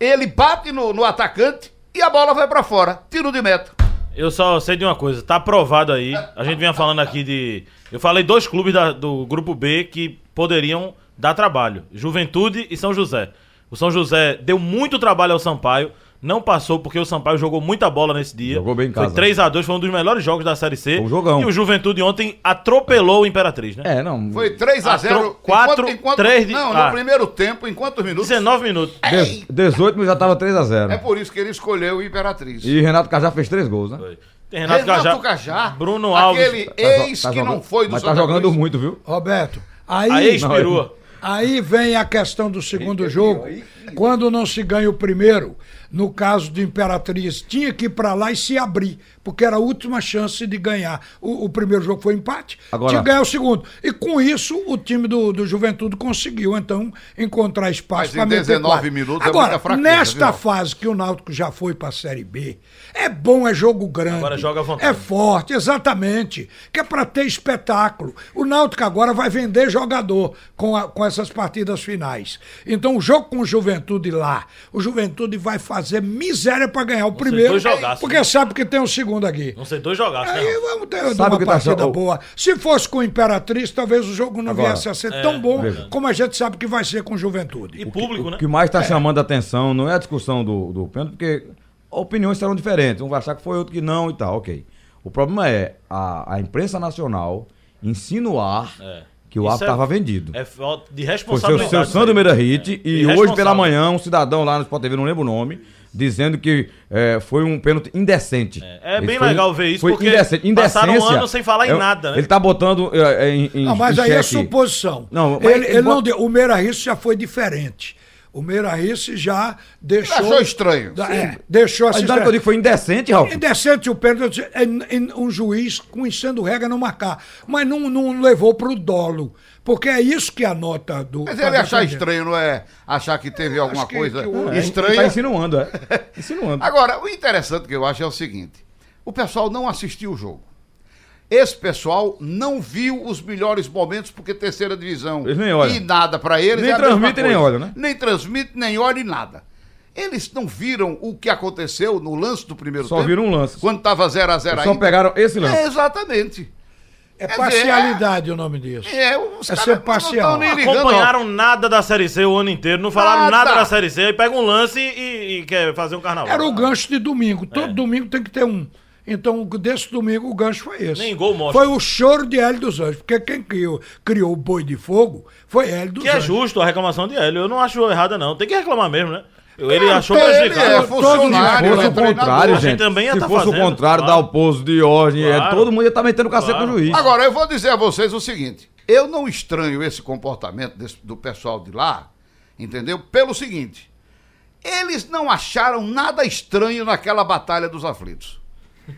[SPEAKER 4] ele bate no, no atacante e a bola vai pra fora. Tiro de meta.
[SPEAKER 6] Eu só sei de uma coisa, tá aprovado aí. A gente vinha falando aqui de. Eu falei dois clubes da- do grupo B que poderiam dar trabalho: Juventude e São José. O São José deu muito trabalho ao Sampaio, não passou porque o Sampaio jogou muita bola nesse dia.
[SPEAKER 3] Jogou bem em casa.
[SPEAKER 6] Foi 3 a 2 foi um dos melhores jogos da Série C.
[SPEAKER 3] Foi um jogão.
[SPEAKER 6] E o Juventude ontem atropelou o Imperatriz, né?
[SPEAKER 3] É, não.
[SPEAKER 4] Foi 3 a 0
[SPEAKER 6] Atro- quatro, três de-
[SPEAKER 4] Não,
[SPEAKER 6] ah.
[SPEAKER 4] no primeiro tempo, em quantos minutos?
[SPEAKER 6] 19 minutos.
[SPEAKER 3] Dez- 18 minutos já tava 3x0.
[SPEAKER 4] É por isso que ele escolheu Imperatriz.
[SPEAKER 3] E Renato Cajá fez três gols, né?
[SPEAKER 6] Tem Renato, Cajá, Bruno Alves.
[SPEAKER 4] Aquele
[SPEAKER 3] jo-
[SPEAKER 4] ex
[SPEAKER 3] tá
[SPEAKER 4] que
[SPEAKER 3] jogando-
[SPEAKER 4] não foi do
[SPEAKER 3] Mas tá
[SPEAKER 4] Santa
[SPEAKER 3] jogando
[SPEAKER 4] Cruz.
[SPEAKER 3] muito, viu?
[SPEAKER 5] Roberto, aí,
[SPEAKER 6] A ex-perua.
[SPEAKER 5] aí vem a questão do segundo jogo. Quando não se ganha o primeiro, no caso do Imperatriz, tinha que ir pra lá e se abrir, porque era a última chance de ganhar. O, o primeiro jogo foi empate,
[SPEAKER 3] Agora-
[SPEAKER 5] tinha que ganhar o segundo. E com isso, o time do, do Juventude conseguiu, então, encontrar
[SPEAKER 4] Mas
[SPEAKER 5] espaço
[SPEAKER 4] em
[SPEAKER 5] para meter
[SPEAKER 4] 19
[SPEAKER 5] quatro.
[SPEAKER 4] minutos é
[SPEAKER 5] Agora,
[SPEAKER 4] muita fraqueza,
[SPEAKER 5] nesta
[SPEAKER 4] viu?
[SPEAKER 5] fase que o Náutico já foi pra Série B, é bom, é jogo grande.
[SPEAKER 6] Agora joga à vontade.
[SPEAKER 5] É forte, exatamente. Que é para ter espetáculo. O Náutico agora vai vender jogador com, a- com essas partidas finais. Então, o jogo com o Juventude lá, o Juventude vai fazer miséria para ganhar o primeiro,
[SPEAKER 6] dois jogaços,
[SPEAKER 5] porque
[SPEAKER 6] né?
[SPEAKER 5] sabe que tem o segundo aqui.
[SPEAKER 6] Não sei, dois jogaços, né?
[SPEAKER 5] Aí vamos ter
[SPEAKER 3] Sabe o
[SPEAKER 5] uma
[SPEAKER 3] que tá
[SPEAKER 5] partida
[SPEAKER 3] achando?
[SPEAKER 5] boa. Se fosse com o Imperatriz, talvez o jogo não
[SPEAKER 3] Agora,
[SPEAKER 5] viesse a ser tão bom
[SPEAKER 3] veja.
[SPEAKER 5] como a gente sabe que vai ser com o Juventude.
[SPEAKER 6] é, E público,
[SPEAKER 3] O
[SPEAKER 6] né?
[SPEAKER 3] que mais está chamando a atenção não é a discussão do, do pênalti, porque opiniões serão diferentes. Um vai achar que foi outro que não e tal, ok. O problema é a, a imprensa nacional insinuar
[SPEAKER 6] É.
[SPEAKER 3] que o
[SPEAKER 6] Isso
[SPEAKER 3] árbitro
[SPEAKER 6] é-
[SPEAKER 3] estava vendido.
[SPEAKER 6] É falta de
[SPEAKER 3] Foi seu,
[SPEAKER 6] responsabilidade.
[SPEAKER 3] seu Sandro
[SPEAKER 6] né?
[SPEAKER 3] Meira Hit
[SPEAKER 6] É.
[SPEAKER 3] e hoje pela
[SPEAKER 6] Irresponsável.
[SPEAKER 3] manhã um cidadão lá no Sport TV, não lembro o nome, dizendo que é, foi um pênalti indecente.
[SPEAKER 6] É, é bem
[SPEAKER 3] Ele foi-
[SPEAKER 6] legal ver isso,
[SPEAKER 3] foi
[SPEAKER 6] porque
[SPEAKER 3] indecente.
[SPEAKER 6] passaram um
[SPEAKER 3] Indecência.
[SPEAKER 6] ano sem falar em
[SPEAKER 3] É,
[SPEAKER 6] nada, né?
[SPEAKER 3] Ele tá botando é, é, em, em
[SPEAKER 5] Não, mas
[SPEAKER 3] em
[SPEAKER 5] aí é
[SPEAKER 3] xeque.
[SPEAKER 5] suposição.
[SPEAKER 3] Não, mas
[SPEAKER 5] ele,
[SPEAKER 3] ele
[SPEAKER 5] ele não
[SPEAKER 3] bota-
[SPEAKER 5] deu- o Meira Risse já foi diferente. O Meira Risse já deixou.
[SPEAKER 4] achou estranho.
[SPEAKER 5] Da- é, Então, deixou
[SPEAKER 3] Mas
[SPEAKER 5] assim.
[SPEAKER 3] na hora que eu digo que foi indecente, Ralf.
[SPEAKER 5] Indecente o pênalti, é n- em- um juiz conhecendo regra não marcar. Mas não, não levou para o dolo. Porque é isso que a nota do.
[SPEAKER 4] Mas
[SPEAKER 5] tá
[SPEAKER 4] ele achar
[SPEAKER 5] defendendo.
[SPEAKER 4] estranho, não é achar que teve alguma
[SPEAKER 5] que-
[SPEAKER 4] coisa
[SPEAKER 5] que o-
[SPEAKER 3] É, Tá
[SPEAKER 4] estranha.
[SPEAKER 3] insinuando, é. Insinuando.
[SPEAKER 4] Agora, o interessante que eu acho é o seguinte: o pessoal não assistiu o jogo. Esse pessoal não viu os melhores momentos, porque terceira divisão
[SPEAKER 3] Eles nem olham.
[SPEAKER 4] e nada pra eles.
[SPEAKER 3] Nem
[SPEAKER 4] é a mesma
[SPEAKER 3] transmite, nem
[SPEAKER 4] coisa.
[SPEAKER 3] olham, né?
[SPEAKER 4] Nem transmite, nem olha e nada. Eles não viram o que aconteceu no lance do primeiro
[SPEAKER 3] Só
[SPEAKER 4] tempo?
[SPEAKER 3] viram um lance.
[SPEAKER 4] Quando estava 0x0
[SPEAKER 3] Eles só pegaram esse lance.
[SPEAKER 4] É, exatamente.
[SPEAKER 5] É
[SPEAKER 4] Quer
[SPEAKER 5] parcialidade o nome disso.
[SPEAKER 4] É, os
[SPEAKER 5] É
[SPEAKER 4] caras
[SPEAKER 5] ser
[SPEAKER 4] não
[SPEAKER 5] parcial.
[SPEAKER 4] tão nem ligando, ó.
[SPEAKER 6] Acompanharam nada da Série C o ano inteiro, não falaram
[SPEAKER 4] Nada.
[SPEAKER 6] nada, da Série C, aí pega um lance e, e quer fazer um carnaval.
[SPEAKER 5] Era o gancho de domingo.
[SPEAKER 6] É.
[SPEAKER 5] Todo domingo tem que ter um. Então, desse domingo, o gancho foi esse.
[SPEAKER 6] Nem gol mostra.
[SPEAKER 5] Foi o choro de Hélio dos Anjos. Porque quem criou, criou o boi de fogo foi Hélio dos
[SPEAKER 6] Que é
[SPEAKER 5] Anjos.
[SPEAKER 6] justo a reclamação de Hélio. Eu não acho errada, não. Tem que reclamar mesmo, né? Ele achou
[SPEAKER 4] ele
[SPEAKER 6] prejudicado.
[SPEAKER 4] é funcionário,
[SPEAKER 3] Se
[SPEAKER 4] Ele
[SPEAKER 3] fosse
[SPEAKER 4] é
[SPEAKER 3] o contrário,
[SPEAKER 6] A gente
[SPEAKER 3] gente.
[SPEAKER 6] também ia
[SPEAKER 3] se
[SPEAKER 6] tá
[SPEAKER 3] fosse
[SPEAKER 6] fazendo,
[SPEAKER 3] o contrário,
[SPEAKER 6] claro.
[SPEAKER 3] dá o pouso de ordem. É,
[SPEAKER 6] Claro.
[SPEAKER 3] todo mundo ia estar metendo cacete no
[SPEAKER 6] Claro.
[SPEAKER 3] juiz.
[SPEAKER 4] Agora, eu vou dizer a vocês o seguinte: eu não estranho esse comportamento desse- do pessoal de lá, entendeu? Pelo seguinte: eles não acharam nada estranho naquela Batalha dos Aflitos.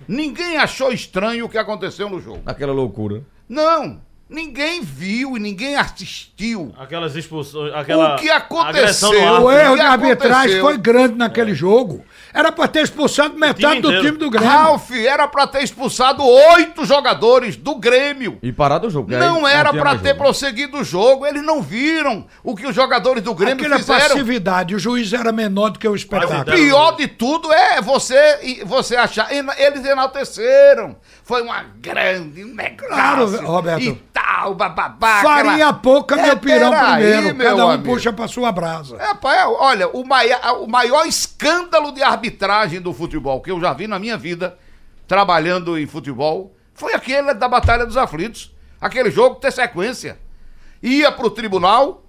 [SPEAKER 4] Ninguém achou estranho o que aconteceu no jogo.
[SPEAKER 3] Aquela loucura.
[SPEAKER 4] Não! Ninguém viu e ninguém assistiu.
[SPEAKER 6] Aquelas expulsões, aquela
[SPEAKER 4] O que aconteceu?
[SPEAKER 6] agressão no ar.
[SPEAKER 5] O
[SPEAKER 4] O
[SPEAKER 5] erro
[SPEAKER 4] que
[SPEAKER 5] de arbitragem
[SPEAKER 4] aconteceu?
[SPEAKER 5] foi grande naquele jogo. Era pra ter expulsado metade do
[SPEAKER 6] É. inteiro.
[SPEAKER 5] time do Grêmio.
[SPEAKER 4] Ralf era pra ter expulsado oito jogadores do Grêmio.
[SPEAKER 3] E parado o jogo. porque aí
[SPEAKER 4] Não era
[SPEAKER 3] tinha
[SPEAKER 4] pra
[SPEAKER 3] mais
[SPEAKER 5] um.
[SPEAKER 4] ter
[SPEAKER 3] jogo.
[SPEAKER 4] prosseguido o jogo. Eles não viram o que os jogadores do Grêmio
[SPEAKER 5] Aquela
[SPEAKER 4] fizeram.
[SPEAKER 5] passividade. O juiz era menor do que o espetáculo.
[SPEAKER 6] Quase
[SPEAKER 4] Pior de tudo é você você achar. ena- Eles enalteceram. Foi uma grande, um negócio.
[SPEAKER 5] Claro, Roberto.
[SPEAKER 4] E tal, bababá.
[SPEAKER 5] Farinha
[SPEAKER 4] aquela-
[SPEAKER 5] pouca,
[SPEAKER 4] É,
[SPEAKER 5] meu pirão
[SPEAKER 4] peraí,
[SPEAKER 5] primeiro.
[SPEAKER 4] meu
[SPEAKER 5] Cada um
[SPEAKER 4] amigo.
[SPEAKER 5] puxa pra sua brasa.
[SPEAKER 4] É, pai, olha, o maior, o maior escândalo de arbitragem do futebol que eu já vi na minha vida, trabalhando em futebol, foi aquele da Batalha dos Aflitos. Aquele jogo ter sequência. Ia pro tribunal,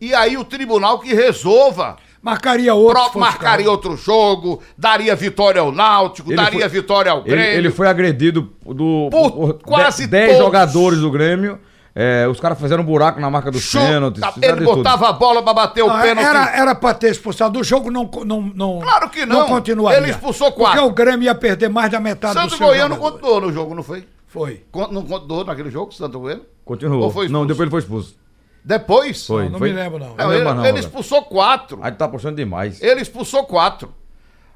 [SPEAKER 4] e aí o tribunal que resolva.
[SPEAKER 5] Marcaria outro. se
[SPEAKER 4] Pro,
[SPEAKER 5] fosse
[SPEAKER 4] marcaria
[SPEAKER 5] caso.
[SPEAKER 4] outro jogo, daria vitória ao Náutico,
[SPEAKER 3] Ele
[SPEAKER 4] daria
[SPEAKER 3] foi-
[SPEAKER 4] vitória ao
[SPEAKER 3] Ele,
[SPEAKER 4] Grêmio.
[SPEAKER 3] ele foi agredido do,
[SPEAKER 4] Por
[SPEAKER 3] de-
[SPEAKER 4] quase
[SPEAKER 3] dez
[SPEAKER 4] todos.
[SPEAKER 3] jogadores do Grêmio. É, os caras fizeram um buraco na marca dos
[SPEAKER 4] Chuta,
[SPEAKER 3] pênaltis. fizeram
[SPEAKER 4] ele
[SPEAKER 3] de tudo. Ah,
[SPEAKER 4] botava a bola pra bater o
[SPEAKER 5] Não,
[SPEAKER 4] pênalti.
[SPEAKER 5] era, era pra ter expulsado. O jogo não. não, não
[SPEAKER 4] Claro que não.
[SPEAKER 5] Não continuaria.
[SPEAKER 4] Ele expulsou quatro.
[SPEAKER 5] Porque o Grêmio ia perder mais da metade do
[SPEAKER 4] Santo
[SPEAKER 5] seu
[SPEAKER 4] Goiano
[SPEAKER 5] jogador.
[SPEAKER 4] contou no jogo, não foi?
[SPEAKER 5] Foi.
[SPEAKER 4] Con- Não contou naquele jogo, Santo Goiano?
[SPEAKER 3] Continuou.
[SPEAKER 4] Ou foi expulso?
[SPEAKER 3] não, depois ele foi expulso.
[SPEAKER 4] Depois?
[SPEAKER 3] Foi.
[SPEAKER 5] Não, não me lembro, não.
[SPEAKER 4] Não,
[SPEAKER 3] lembro
[SPEAKER 4] ele,
[SPEAKER 3] não,
[SPEAKER 4] ele
[SPEAKER 3] Roberto.
[SPEAKER 4] expulsou quatro.
[SPEAKER 3] Aí tá puxando demais.
[SPEAKER 4] Ele expulsou quatro.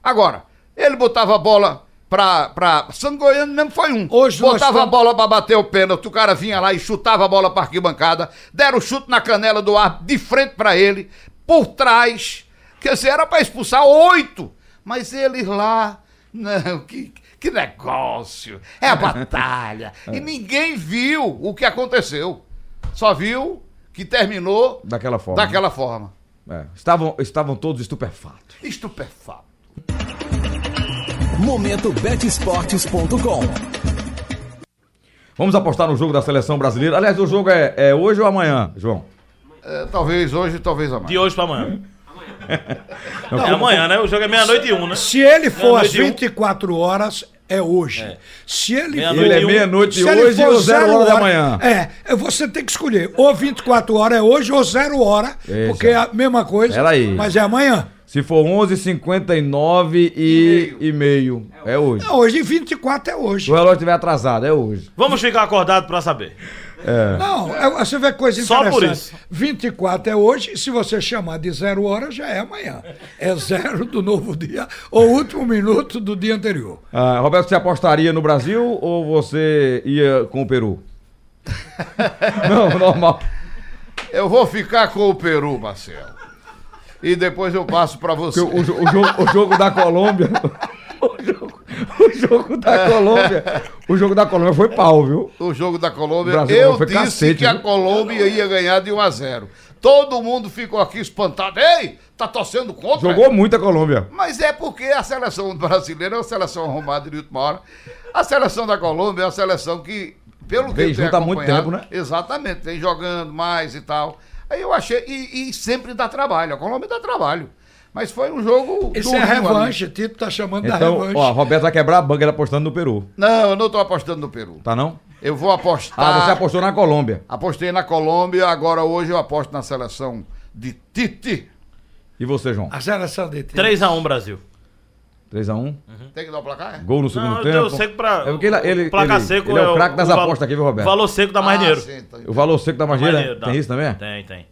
[SPEAKER 4] Agora, ele botava a bola pra. pra... Santo Goiano mesmo foi um.
[SPEAKER 5] Hoje nós
[SPEAKER 4] botava a
[SPEAKER 5] estamos-
[SPEAKER 4] bola pra bater o pênalti, o cara vinha lá e chutava a bola pra arquibancada, deram o chute na canela do ar, de frente pra ele, por trás. Quer dizer, era pra expulsar oito. Mas eles lá. Não, que. Que negócio! É a batalha! E ninguém viu o que aconteceu. Só viu que terminou
[SPEAKER 3] Daquela forma.
[SPEAKER 4] daquela forma.
[SPEAKER 3] É, Estavam, estavam todos estupefatos.
[SPEAKER 4] Estupefato.
[SPEAKER 1] Momento betesportes.com.
[SPEAKER 3] Vamos apostar no jogo da seleção brasileira. Aliás, o jogo é, é hoje ou amanhã, João?
[SPEAKER 4] É, talvez hoje, talvez amanhã.
[SPEAKER 6] De hoje pra amanhã. é amanhã, né? O jogo é meia-noite e um, né?
[SPEAKER 5] Se ele for às
[SPEAKER 6] Meia-noite e um.
[SPEAKER 5] 24 horas, é hoje. Se ele
[SPEAKER 6] Meia-noite
[SPEAKER 3] Ele é
[SPEAKER 6] e um.
[SPEAKER 3] meia-noite
[SPEAKER 5] Se ele
[SPEAKER 3] hoje
[SPEAKER 5] for
[SPEAKER 3] ou zero hora da
[SPEAKER 5] hora-
[SPEAKER 3] manhã.
[SPEAKER 5] É, é, você tem que escolher. Ou 24 horas é hoje ou zero hora,
[SPEAKER 3] Isso.
[SPEAKER 5] porque é a mesma coisa,
[SPEAKER 3] Peraí.
[SPEAKER 5] mas é amanhã.
[SPEAKER 3] Se for 11h59 e, e meio, é hoje.
[SPEAKER 5] Não, hoje 24 é
[SPEAKER 3] Se
[SPEAKER 5] hoje.
[SPEAKER 3] o relógio estiver atrasado, é hoje.
[SPEAKER 6] Vamos ficar acordado pra saber.
[SPEAKER 5] Não, é- você vê coisa
[SPEAKER 6] Só
[SPEAKER 5] interessante.
[SPEAKER 6] por isso.
[SPEAKER 5] 24 é hoje, e se você chamar de zero hora, já é amanhã. É zero do novo dia ou último minuto do dia anterior.
[SPEAKER 3] Ah, Roberto, você apostaria no Brasil ou você ia com o Peru? Não, normal.
[SPEAKER 4] Eu vou ficar com o Peru, Marcelo. E depois eu passo pra você.
[SPEAKER 3] Porque o, jo- o jogo, o jogo da Colômbia. O jogo, o jogo da Colômbia. O jogo da Colômbia foi pau, viu?
[SPEAKER 4] O jogo da Colômbia,
[SPEAKER 3] O Brasil
[SPEAKER 4] eu
[SPEAKER 3] foi
[SPEAKER 4] disse
[SPEAKER 3] cacete,
[SPEAKER 4] que a
[SPEAKER 3] viu?
[SPEAKER 4] Colômbia ia ganhar de 1 a 0. Todo mundo ficou aqui espantado. Ei, tá torcendo contra?
[SPEAKER 3] Jogou muito a Colômbia.
[SPEAKER 4] Mas é porque a seleção brasileira é uma seleção arrumada de última hora. A seleção da Colômbia é uma seleção que, pelo que
[SPEAKER 3] Vem
[SPEAKER 4] eu tenho
[SPEAKER 3] junto há muito
[SPEAKER 4] acompanhado,
[SPEAKER 3] tempo, né?
[SPEAKER 4] Exatamente, vem jogando mais e tal. Aí eu achei, e, e sempre dá trabalho, a Colômbia dá trabalho. Mas foi um jogo
[SPEAKER 5] Isso é
[SPEAKER 4] durinho ali.
[SPEAKER 5] revanche, Tito tá chamando da
[SPEAKER 3] Então,
[SPEAKER 5] revanche.
[SPEAKER 3] ó, Roberto vai quebrar a banca ele apostando no Peru,
[SPEAKER 4] Não, eu não tô apostando no Peru.
[SPEAKER 3] tá não?
[SPEAKER 4] Eu vou apostar.
[SPEAKER 3] Ah, você apostou na Colômbia.
[SPEAKER 4] Apostei na Colômbia, agora hoje eu aposto na seleção de Tite.
[SPEAKER 3] E você, João?
[SPEAKER 5] A seleção de Tito.
[SPEAKER 6] 3x1 Brasil.
[SPEAKER 3] 3x1.
[SPEAKER 4] Tem que dar o placar? é?
[SPEAKER 3] Gol no segundo
[SPEAKER 6] eu
[SPEAKER 3] tempo.
[SPEAKER 6] deu seco pra.
[SPEAKER 3] É porque ele, ele,
[SPEAKER 6] placa
[SPEAKER 3] ele-
[SPEAKER 6] seco
[SPEAKER 3] ele é o craque das
[SPEAKER 6] valo-
[SPEAKER 3] apostas aqui, viu, Roberto?
[SPEAKER 6] O valor seco dá mais
[SPEAKER 4] Ah,
[SPEAKER 6] dinheiro.
[SPEAKER 4] sim, tá.
[SPEAKER 3] O valor seco da magia, né?
[SPEAKER 6] Maneiro, dá.
[SPEAKER 3] Tem isso também?
[SPEAKER 6] Tem, tem.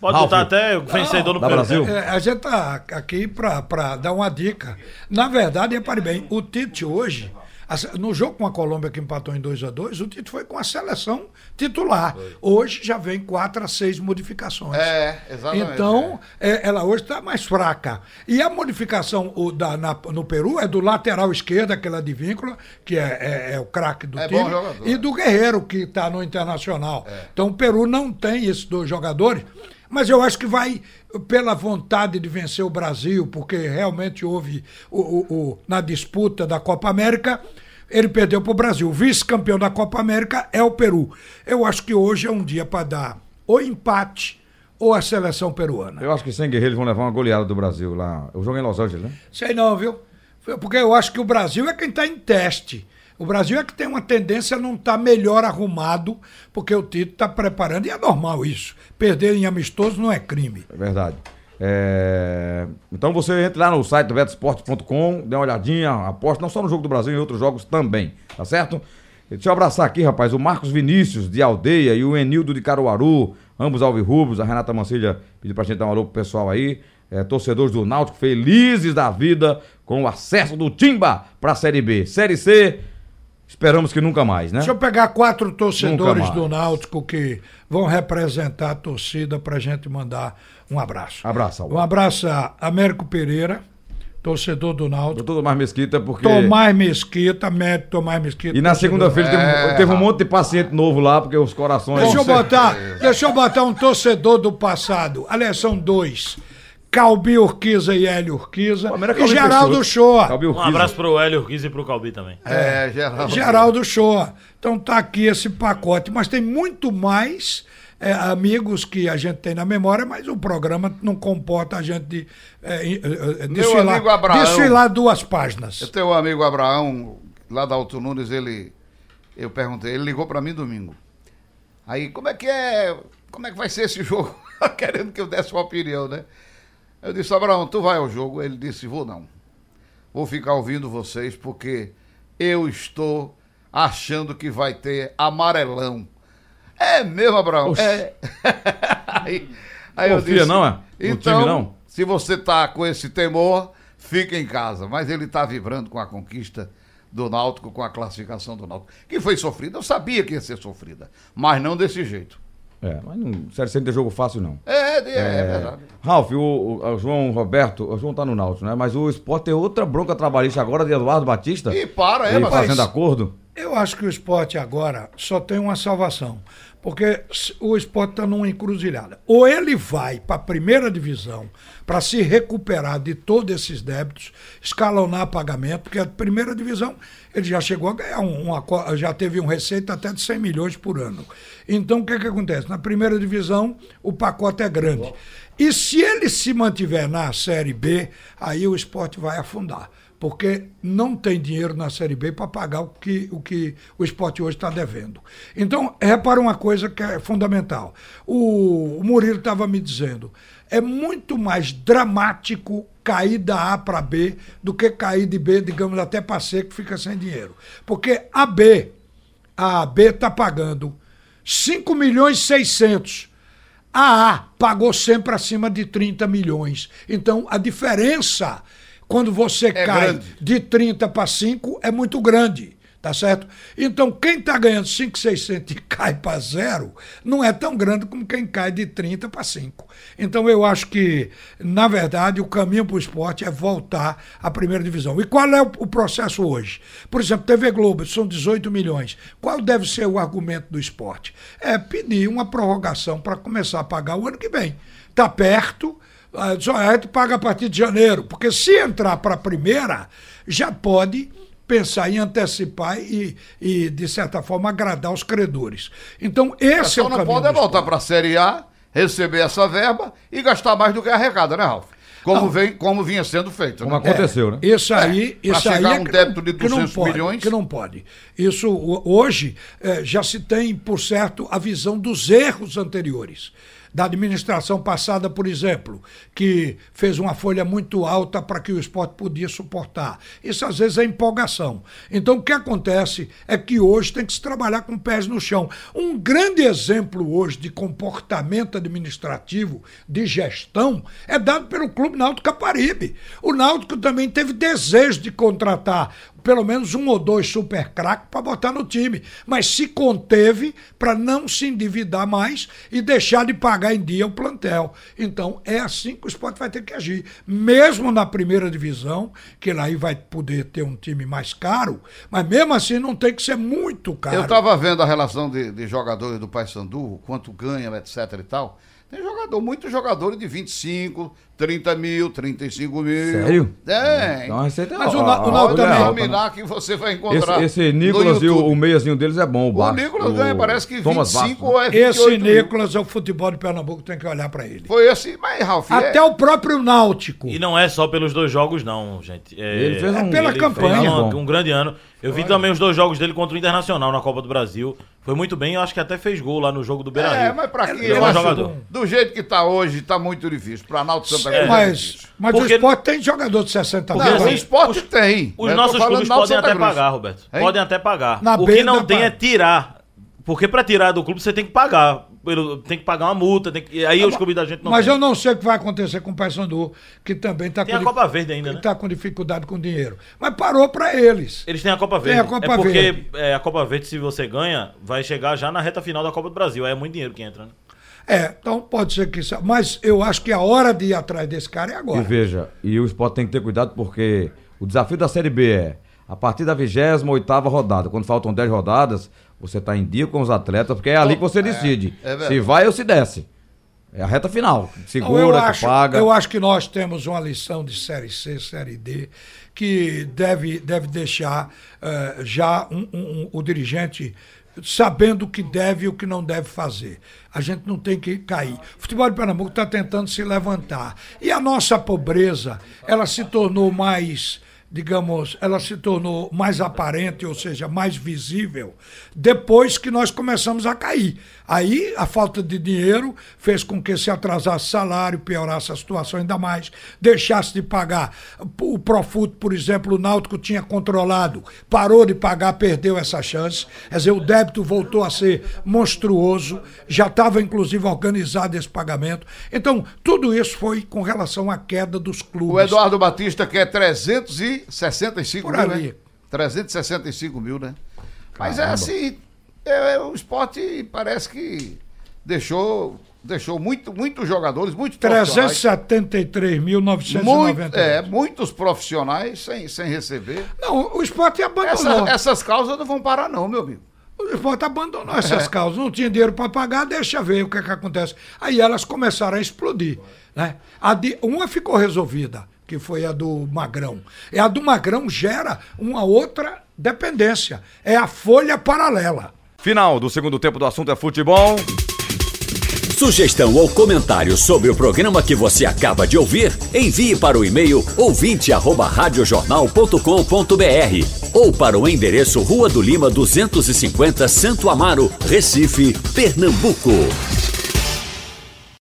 [SPEAKER 6] Pode
[SPEAKER 3] Ralf.
[SPEAKER 6] botar até vencedor no
[SPEAKER 3] Dá Brasil?
[SPEAKER 6] primeiro tempo.
[SPEAKER 5] É, a gente tá aqui pra, pra dar uma dica. Na verdade, repare bem, o Tite hoje, A- No jogo com a Colômbia, que empatou em 2 a 2 o Tite foi com a seleção titular. Hoje já vem quatro a seis modificações.
[SPEAKER 4] É, exatamente,
[SPEAKER 5] Então, é, ela hoje está mais fraca. E a modificação o da- na- no Peru é do lateral esquerdo, aquela de vínculo, que é, é- é o craque do
[SPEAKER 4] É
[SPEAKER 5] time,
[SPEAKER 4] bom jogador.
[SPEAKER 5] e do Guerreiro, que está no Internacional. Então, o Peru não tem esses dois jogadores, mas eu acho que vai pela vontade de vencer o Brasil, porque realmente houve o, o- o- na disputa da Copa América. Ele perdeu para o Brasil. O vice-campeão da Copa América é o Peru. Eu acho que hoje é um dia para dar ou empate ou a seleção peruana.
[SPEAKER 3] Eu acho que sem guerreiro eles vão levar uma goleada do Brasil lá. O jogo é em Los Angeles, né?
[SPEAKER 5] Sei não, viu? Foi Porque eu acho que o Brasil é quem está em teste. O Brasil é que tem uma tendência a não estar melhor arrumado, porque o Tito está preparando, e é normal isso. Perder em amistoso não é crime.
[SPEAKER 3] É verdade. É, Então você entra lá no site do betosport.com, dê uma olhadinha, aposta não só no jogo do Brasil, em outros jogos também, tá certo? Deixa eu abraçar aqui, rapaz, o Marcos Vinícius de Aldeia e o Enildo de Caruaru, ambos alvirrubros, a Renata Mancilha pediu pra gente dar um alô pro pessoal aí, é, torcedores do Náutico, felizes da vida com o acesso do Timba pra Série B. Série C, esperamos que nunca mais, né?
[SPEAKER 5] Deixa eu pegar quatro torcedores
[SPEAKER 3] mais.
[SPEAKER 5] do Náutico que vão representar a torcida para gente mandar um abraço.
[SPEAKER 3] Abraço, Alberto.
[SPEAKER 5] Um abraço a Américo Pereira, torcedor do Náutico.
[SPEAKER 3] Doutor Tomás Mesquita, porque...
[SPEAKER 5] Tomás Mesquita, médico Tomás Mesquita.
[SPEAKER 3] E na
[SPEAKER 5] torcedor-
[SPEAKER 3] segunda-feira teve um-
[SPEAKER 4] É,
[SPEAKER 3] teve, um monte de paciente novo lá, porque os corações...
[SPEAKER 5] Deixa eu,
[SPEAKER 4] certeza.
[SPEAKER 5] botar, deixa eu botar um torcedor do passado. Aliás, são dois. Calbi Urquiza e Hélio Urquiza.
[SPEAKER 3] O América
[SPEAKER 5] E
[SPEAKER 3] Calbi
[SPEAKER 5] Geraldo
[SPEAKER 3] Peixoto.
[SPEAKER 5] Shoa.
[SPEAKER 3] Calbi
[SPEAKER 6] Um
[SPEAKER 3] Urquiza.
[SPEAKER 6] abraço pro Hélio Urquiz e pro Calbi também.
[SPEAKER 4] É, Geraldo.
[SPEAKER 5] Geraldo Shoa. Então tá aqui esse pacote. Mas tem muito mais é, amigos que a gente tem na memória, mas o programa não comporta a gente de, é, em- é, é, desfilar,
[SPEAKER 4] amigo Abraão.
[SPEAKER 5] desfilar duas
[SPEAKER 4] Eu
[SPEAKER 5] páginas.
[SPEAKER 4] tenho um amigo Abraão, lá da Alto Nunes, ele. Eu perguntei, ele ligou pra mim domingo. Aí, como é que é. Como é que vai ser esse jogo? Querendo que eu desse uma opinião, né? Eu disse, Abraão, tu vai ao jogo? Ele disse, vou não. Vou ficar ouvindo vocês porque eu estou achando que vai ter amarelão. É mesmo, Abraão? É. aí, aí eu
[SPEAKER 3] Confia
[SPEAKER 4] disse,
[SPEAKER 3] não, é? No time,
[SPEAKER 4] Então,
[SPEAKER 3] não?
[SPEAKER 4] se você tá com esse temor, fica em casa. Mas ele tá vibrando com a conquista do Náutico, com a classificação do Náutico. Que foi sofrida, eu sabia que ia ser sofrida, mas não desse jeito.
[SPEAKER 3] É, mas não, sério, sem ter jogo fácil, não.
[SPEAKER 4] É, é, é, verdade.
[SPEAKER 3] Ralf, o, o- o João Roberto, o João tá no Náutico, né? Mas o esporte tem outra bronca trabalhista agora de Eduardo Batista.
[SPEAKER 4] E para, é,
[SPEAKER 3] ele
[SPEAKER 4] mas-
[SPEAKER 3] fazendo acordo.
[SPEAKER 5] Eu acho que o esporte agora só tem uma salvação. Porque s- o esporte está numa encruzilhada. Ou ele vai para a primeira divisão para se recuperar de todos esses débitos, escalonar pagamento, porque a primeira divisão ele já chegou a ganhar um- uma, co- já teve um receita até de 100 milhões por ano. Então o que, que acontece? Na primeira divisão o pacote é grande. E se ele se mantiver na Série B, aí o esporte vai afundar porque não tem dinheiro na Série B para pagar o que, o que o esporte hoje está devendo. Então, repara uma coisa que é fundamental. O, o Murilo estava me dizendo, é muito mais dramático cair da A para B do que cair de B, digamos, até para C, que fica sem dinheiro. Porque a B, a B está pagando 5 milhões e 600. A A pagou sempre acima de 30 milhões. Então, a diferença, quando você cai
[SPEAKER 4] grande.
[SPEAKER 5] de 30 para 5, é muito grande. Tá certo? Então, quem está ganhando 5,600 e cai para zero, não é tão grande como quem cai de 30 para 5. Então, eu acho que, na verdade, o caminho para o esporte é voltar à primeira divisão. E qual é o, o processo hoje? Por exemplo, TV Globo, são 18 milhões. Qual deve ser o argumento do esporte? É pedir uma prorrogação para começar a pagar o ano que vem. Está perto, ah, Só é que paga a partir de janeiro, porque se entrar para a primeira, já pode pensar em antecipar e, e, de certa forma, agradar os credores. Então, esse é
[SPEAKER 4] Só
[SPEAKER 5] o
[SPEAKER 4] não
[SPEAKER 5] caminho.
[SPEAKER 4] pode
[SPEAKER 5] do
[SPEAKER 4] é voltar para a Série A, receber essa verba e gastar mais do que arrecada, né, Ralf? Como, vem, como vinha sendo feito.
[SPEAKER 3] Como
[SPEAKER 4] Né?
[SPEAKER 5] É.
[SPEAKER 3] aconteceu, né?
[SPEAKER 5] Isso aí,
[SPEAKER 4] pra
[SPEAKER 5] isso aí
[SPEAKER 4] chegar
[SPEAKER 5] é
[SPEAKER 4] a um
[SPEAKER 5] que
[SPEAKER 4] débito
[SPEAKER 5] não-
[SPEAKER 4] de
[SPEAKER 5] que não
[SPEAKER 4] 200
[SPEAKER 5] pode,
[SPEAKER 4] milhões.
[SPEAKER 5] que não pode. Isso ho- hoje eh, já se tem por certo a visão dos erros anteriores. Da administração passada, por exemplo, que fez uma folha muito alta para que o esporte podia suportar. Isso às vezes é empolgação. Então o que acontece é que hoje tem que se trabalhar com pés no chão. Um grande exemplo hoje de comportamento administrativo, de gestão, é dado pelo Clube Náutico Caparibe. O Náutico também teve desejo de contratar pelo menos um ou dois super craques para botar no time. Mas se conteve para não se endividar mais e deixar de pagar em dia o plantel. Então é assim que o esporte vai ter que agir. Mesmo na primeira divisão, que ele aí vai poder ter um time mais caro, mas mesmo assim não tem que ser muito caro.
[SPEAKER 4] Eu tava vendo a relação de, de jogadores do Paysandu, quanto ganham, etc e tal. Tem jogador, muitos jogadores de 25, 30 mil, 35 mil.
[SPEAKER 3] Sério?
[SPEAKER 4] É.
[SPEAKER 3] Então a receita é
[SPEAKER 5] Mas o
[SPEAKER 3] ó,
[SPEAKER 5] Na- o
[SPEAKER 3] ó,
[SPEAKER 5] Náutico
[SPEAKER 3] olha
[SPEAKER 5] também
[SPEAKER 3] a
[SPEAKER 4] é
[SPEAKER 5] é um
[SPEAKER 4] um
[SPEAKER 3] alta, né?
[SPEAKER 4] milagre que você vai
[SPEAKER 3] Esse,
[SPEAKER 4] encontrar.
[SPEAKER 3] esse
[SPEAKER 4] no
[SPEAKER 3] Nicolas e o,
[SPEAKER 4] YouTube.
[SPEAKER 3] o meiazinho deles é bom, o
[SPEAKER 4] O
[SPEAKER 3] Bastos.
[SPEAKER 4] Nicolas ganha, parece que
[SPEAKER 3] Thomas né?
[SPEAKER 4] 25
[SPEAKER 3] Bastos,
[SPEAKER 4] ou é 28
[SPEAKER 5] Esse
[SPEAKER 4] mil.
[SPEAKER 5] Nicolas é o futebol de Pernambuco, tem que olhar para ele.
[SPEAKER 4] Foi esse, mas Ralf, é-
[SPEAKER 5] Até o próprio Náutico.
[SPEAKER 6] E não é só pelos dois jogos, não, gente. É,
[SPEAKER 3] Ele fez um-
[SPEAKER 5] pela
[SPEAKER 6] ele
[SPEAKER 5] campanha.
[SPEAKER 6] fez um,
[SPEAKER 3] Bom.
[SPEAKER 6] um grande ano. Eu vi também os dois jogos dele contra o Internacional na Copa do Brasil. Foi muito bem, eu acho que até fez gol lá no jogo do Beira Rio.
[SPEAKER 4] É, mas pra quê?
[SPEAKER 6] Ele é
[SPEAKER 4] Eu
[SPEAKER 6] um
[SPEAKER 4] acho
[SPEAKER 6] jogador. É.
[SPEAKER 4] Do jeito que tá hoje, tá muito difícil. Pra Náutico Santa Cruz. tá
[SPEAKER 5] Mas,
[SPEAKER 4] difícil.
[SPEAKER 5] mas
[SPEAKER 6] Porque-
[SPEAKER 5] o esporte tem jogador de 60
[SPEAKER 4] Não,
[SPEAKER 5] mil.
[SPEAKER 6] assim,
[SPEAKER 4] o esporte
[SPEAKER 6] os-
[SPEAKER 4] tem.
[SPEAKER 6] Os
[SPEAKER 4] Eu tô
[SPEAKER 6] nossos
[SPEAKER 4] falando
[SPEAKER 6] clubes
[SPEAKER 4] Náutico
[SPEAKER 6] podem
[SPEAKER 4] Santa
[SPEAKER 6] até
[SPEAKER 4] Cruz.
[SPEAKER 6] pagar, Roberto.
[SPEAKER 4] Hein?
[SPEAKER 6] Podem até pagar.
[SPEAKER 5] Na
[SPEAKER 6] o
[SPEAKER 5] beira
[SPEAKER 6] que não
[SPEAKER 5] da
[SPEAKER 6] tem
[SPEAKER 5] pa-
[SPEAKER 6] é tirar. Porque pra tirar do clube você tem que pagar. Pelo- Tem que pagar uma multa. tem que- e Aí os clubes da gente não
[SPEAKER 5] Ah, Mas
[SPEAKER 6] tem.
[SPEAKER 5] eu não sei o que vai acontecer com o Paysandu, que também tá está
[SPEAKER 6] Tem a Copa Verde ainda, né?
[SPEAKER 5] tá com dificuldade com dinheiro. Mas parou para eles.
[SPEAKER 6] Eles têm a Copa
[SPEAKER 5] Tem
[SPEAKER 6] Verde.
[SPEAKER 5] a Copa
[SPEAKER 6] é porque
[SPEAKER 5] Verde.
[SPEAKER 6] é, a Copa Verde, se você ganha, vai chegar já na reta final da Copa do Brasil. Aí é muito dinheiro que entra, né?
[SPEAKER 5] É, então pode ser que isso. Mas eu acho que a hora de ir atrás desse cara é
[SPEAKER 3] E
[SPEAKER 5] agora.
[SPEAKER 3] veja, e o esporte tem que ter cuidado porque o desafio da Série B é, a partir da 28ª rodada, quando faltam 10 rodadas, você tá em dia com os atletas, porque é ali que você decide.
[SPEAKER 4] é verdade.
[SPEAKER 3] se vai ou se desce. É a reta final.
[SPEAKER 5] Então, eu,
[SPEAKER 3] Segura, que
[SPEAKER 5] acho,
[SPEAKER 3] paga.
[SPEAKER 5] eu acho que nós temos uma lição de Série C, Série D, que deve, deve deixar eh, já um- um- um- o dirigente sabendo o que deve e o que não deve fazer. A gente não tem que cair. O futebol de Pernambuco está tentando se levantar. E a nossa pobreza, ela se tornou mais digamos, ela se tornou mais aparente, ou seja, mais visível, depois que nós começamos a cair. Aí a falta de dinheiro fez com que se atrasasse salário, piorasse a situação ainda mais, deixasse de pagar. O Profut, por exemplo, o Náutico tinha controlado, parou de pagar, perdeu essa chance. Quer dizer, o débito voltou a ser monstruoso, já estava inclusive organizado esse pagamento. Então, tudo isso foi com relação à queda dos clubes.
[SPEAKER 4] O Eduardo Batista é quer 365
[SPEAKER 5] Por
[SPEAKER 4] mil,
[SPEAKER 5] ali.
[SPEAKER 4] né? 365 mil, né? Mas é assim, é, é, o esporte parece que deixou, deixou muito, muitos jogadores,
[SPEAKER 5] é.
[SPEAKER 4] muitos profissionais.
[SPEAKER 5] 373.990.
[SPEAKER 4] Muito, é, muitos profissionais sem, sem receber.
[SPEAKER 5] Não, o esporte
[SPEAKER 6] Tá
[SPEAKER 5] abandonou.
[SPEAKER 4] Essa- essas causas não vão parar, não, meu amigo.
[SPEAKER 5] O esporte abandonou
[SPEAKER 4] É.
[SPEAKER 5] essas causas. Não tinha dinheiro para pagar, deixa ver o que, é que acontece. Aí elas começaram a explodir. Né? A de- uma ficou resolvida, que foi a do Magrão. E a do Magrão gera uma outra dependência. É a folha paralela.
[SPEAKER 3] Final do segundo tempo do assunto é futebol.
[SPEAKER 1] Sugestão ou comentário sobre o programa que você acaba de ouvir, envie para o e-mail ouvinte@radiojornal.com.br ou para o endereço Rua do Lima 250, Santo Amaro, Recife, Pernambuco.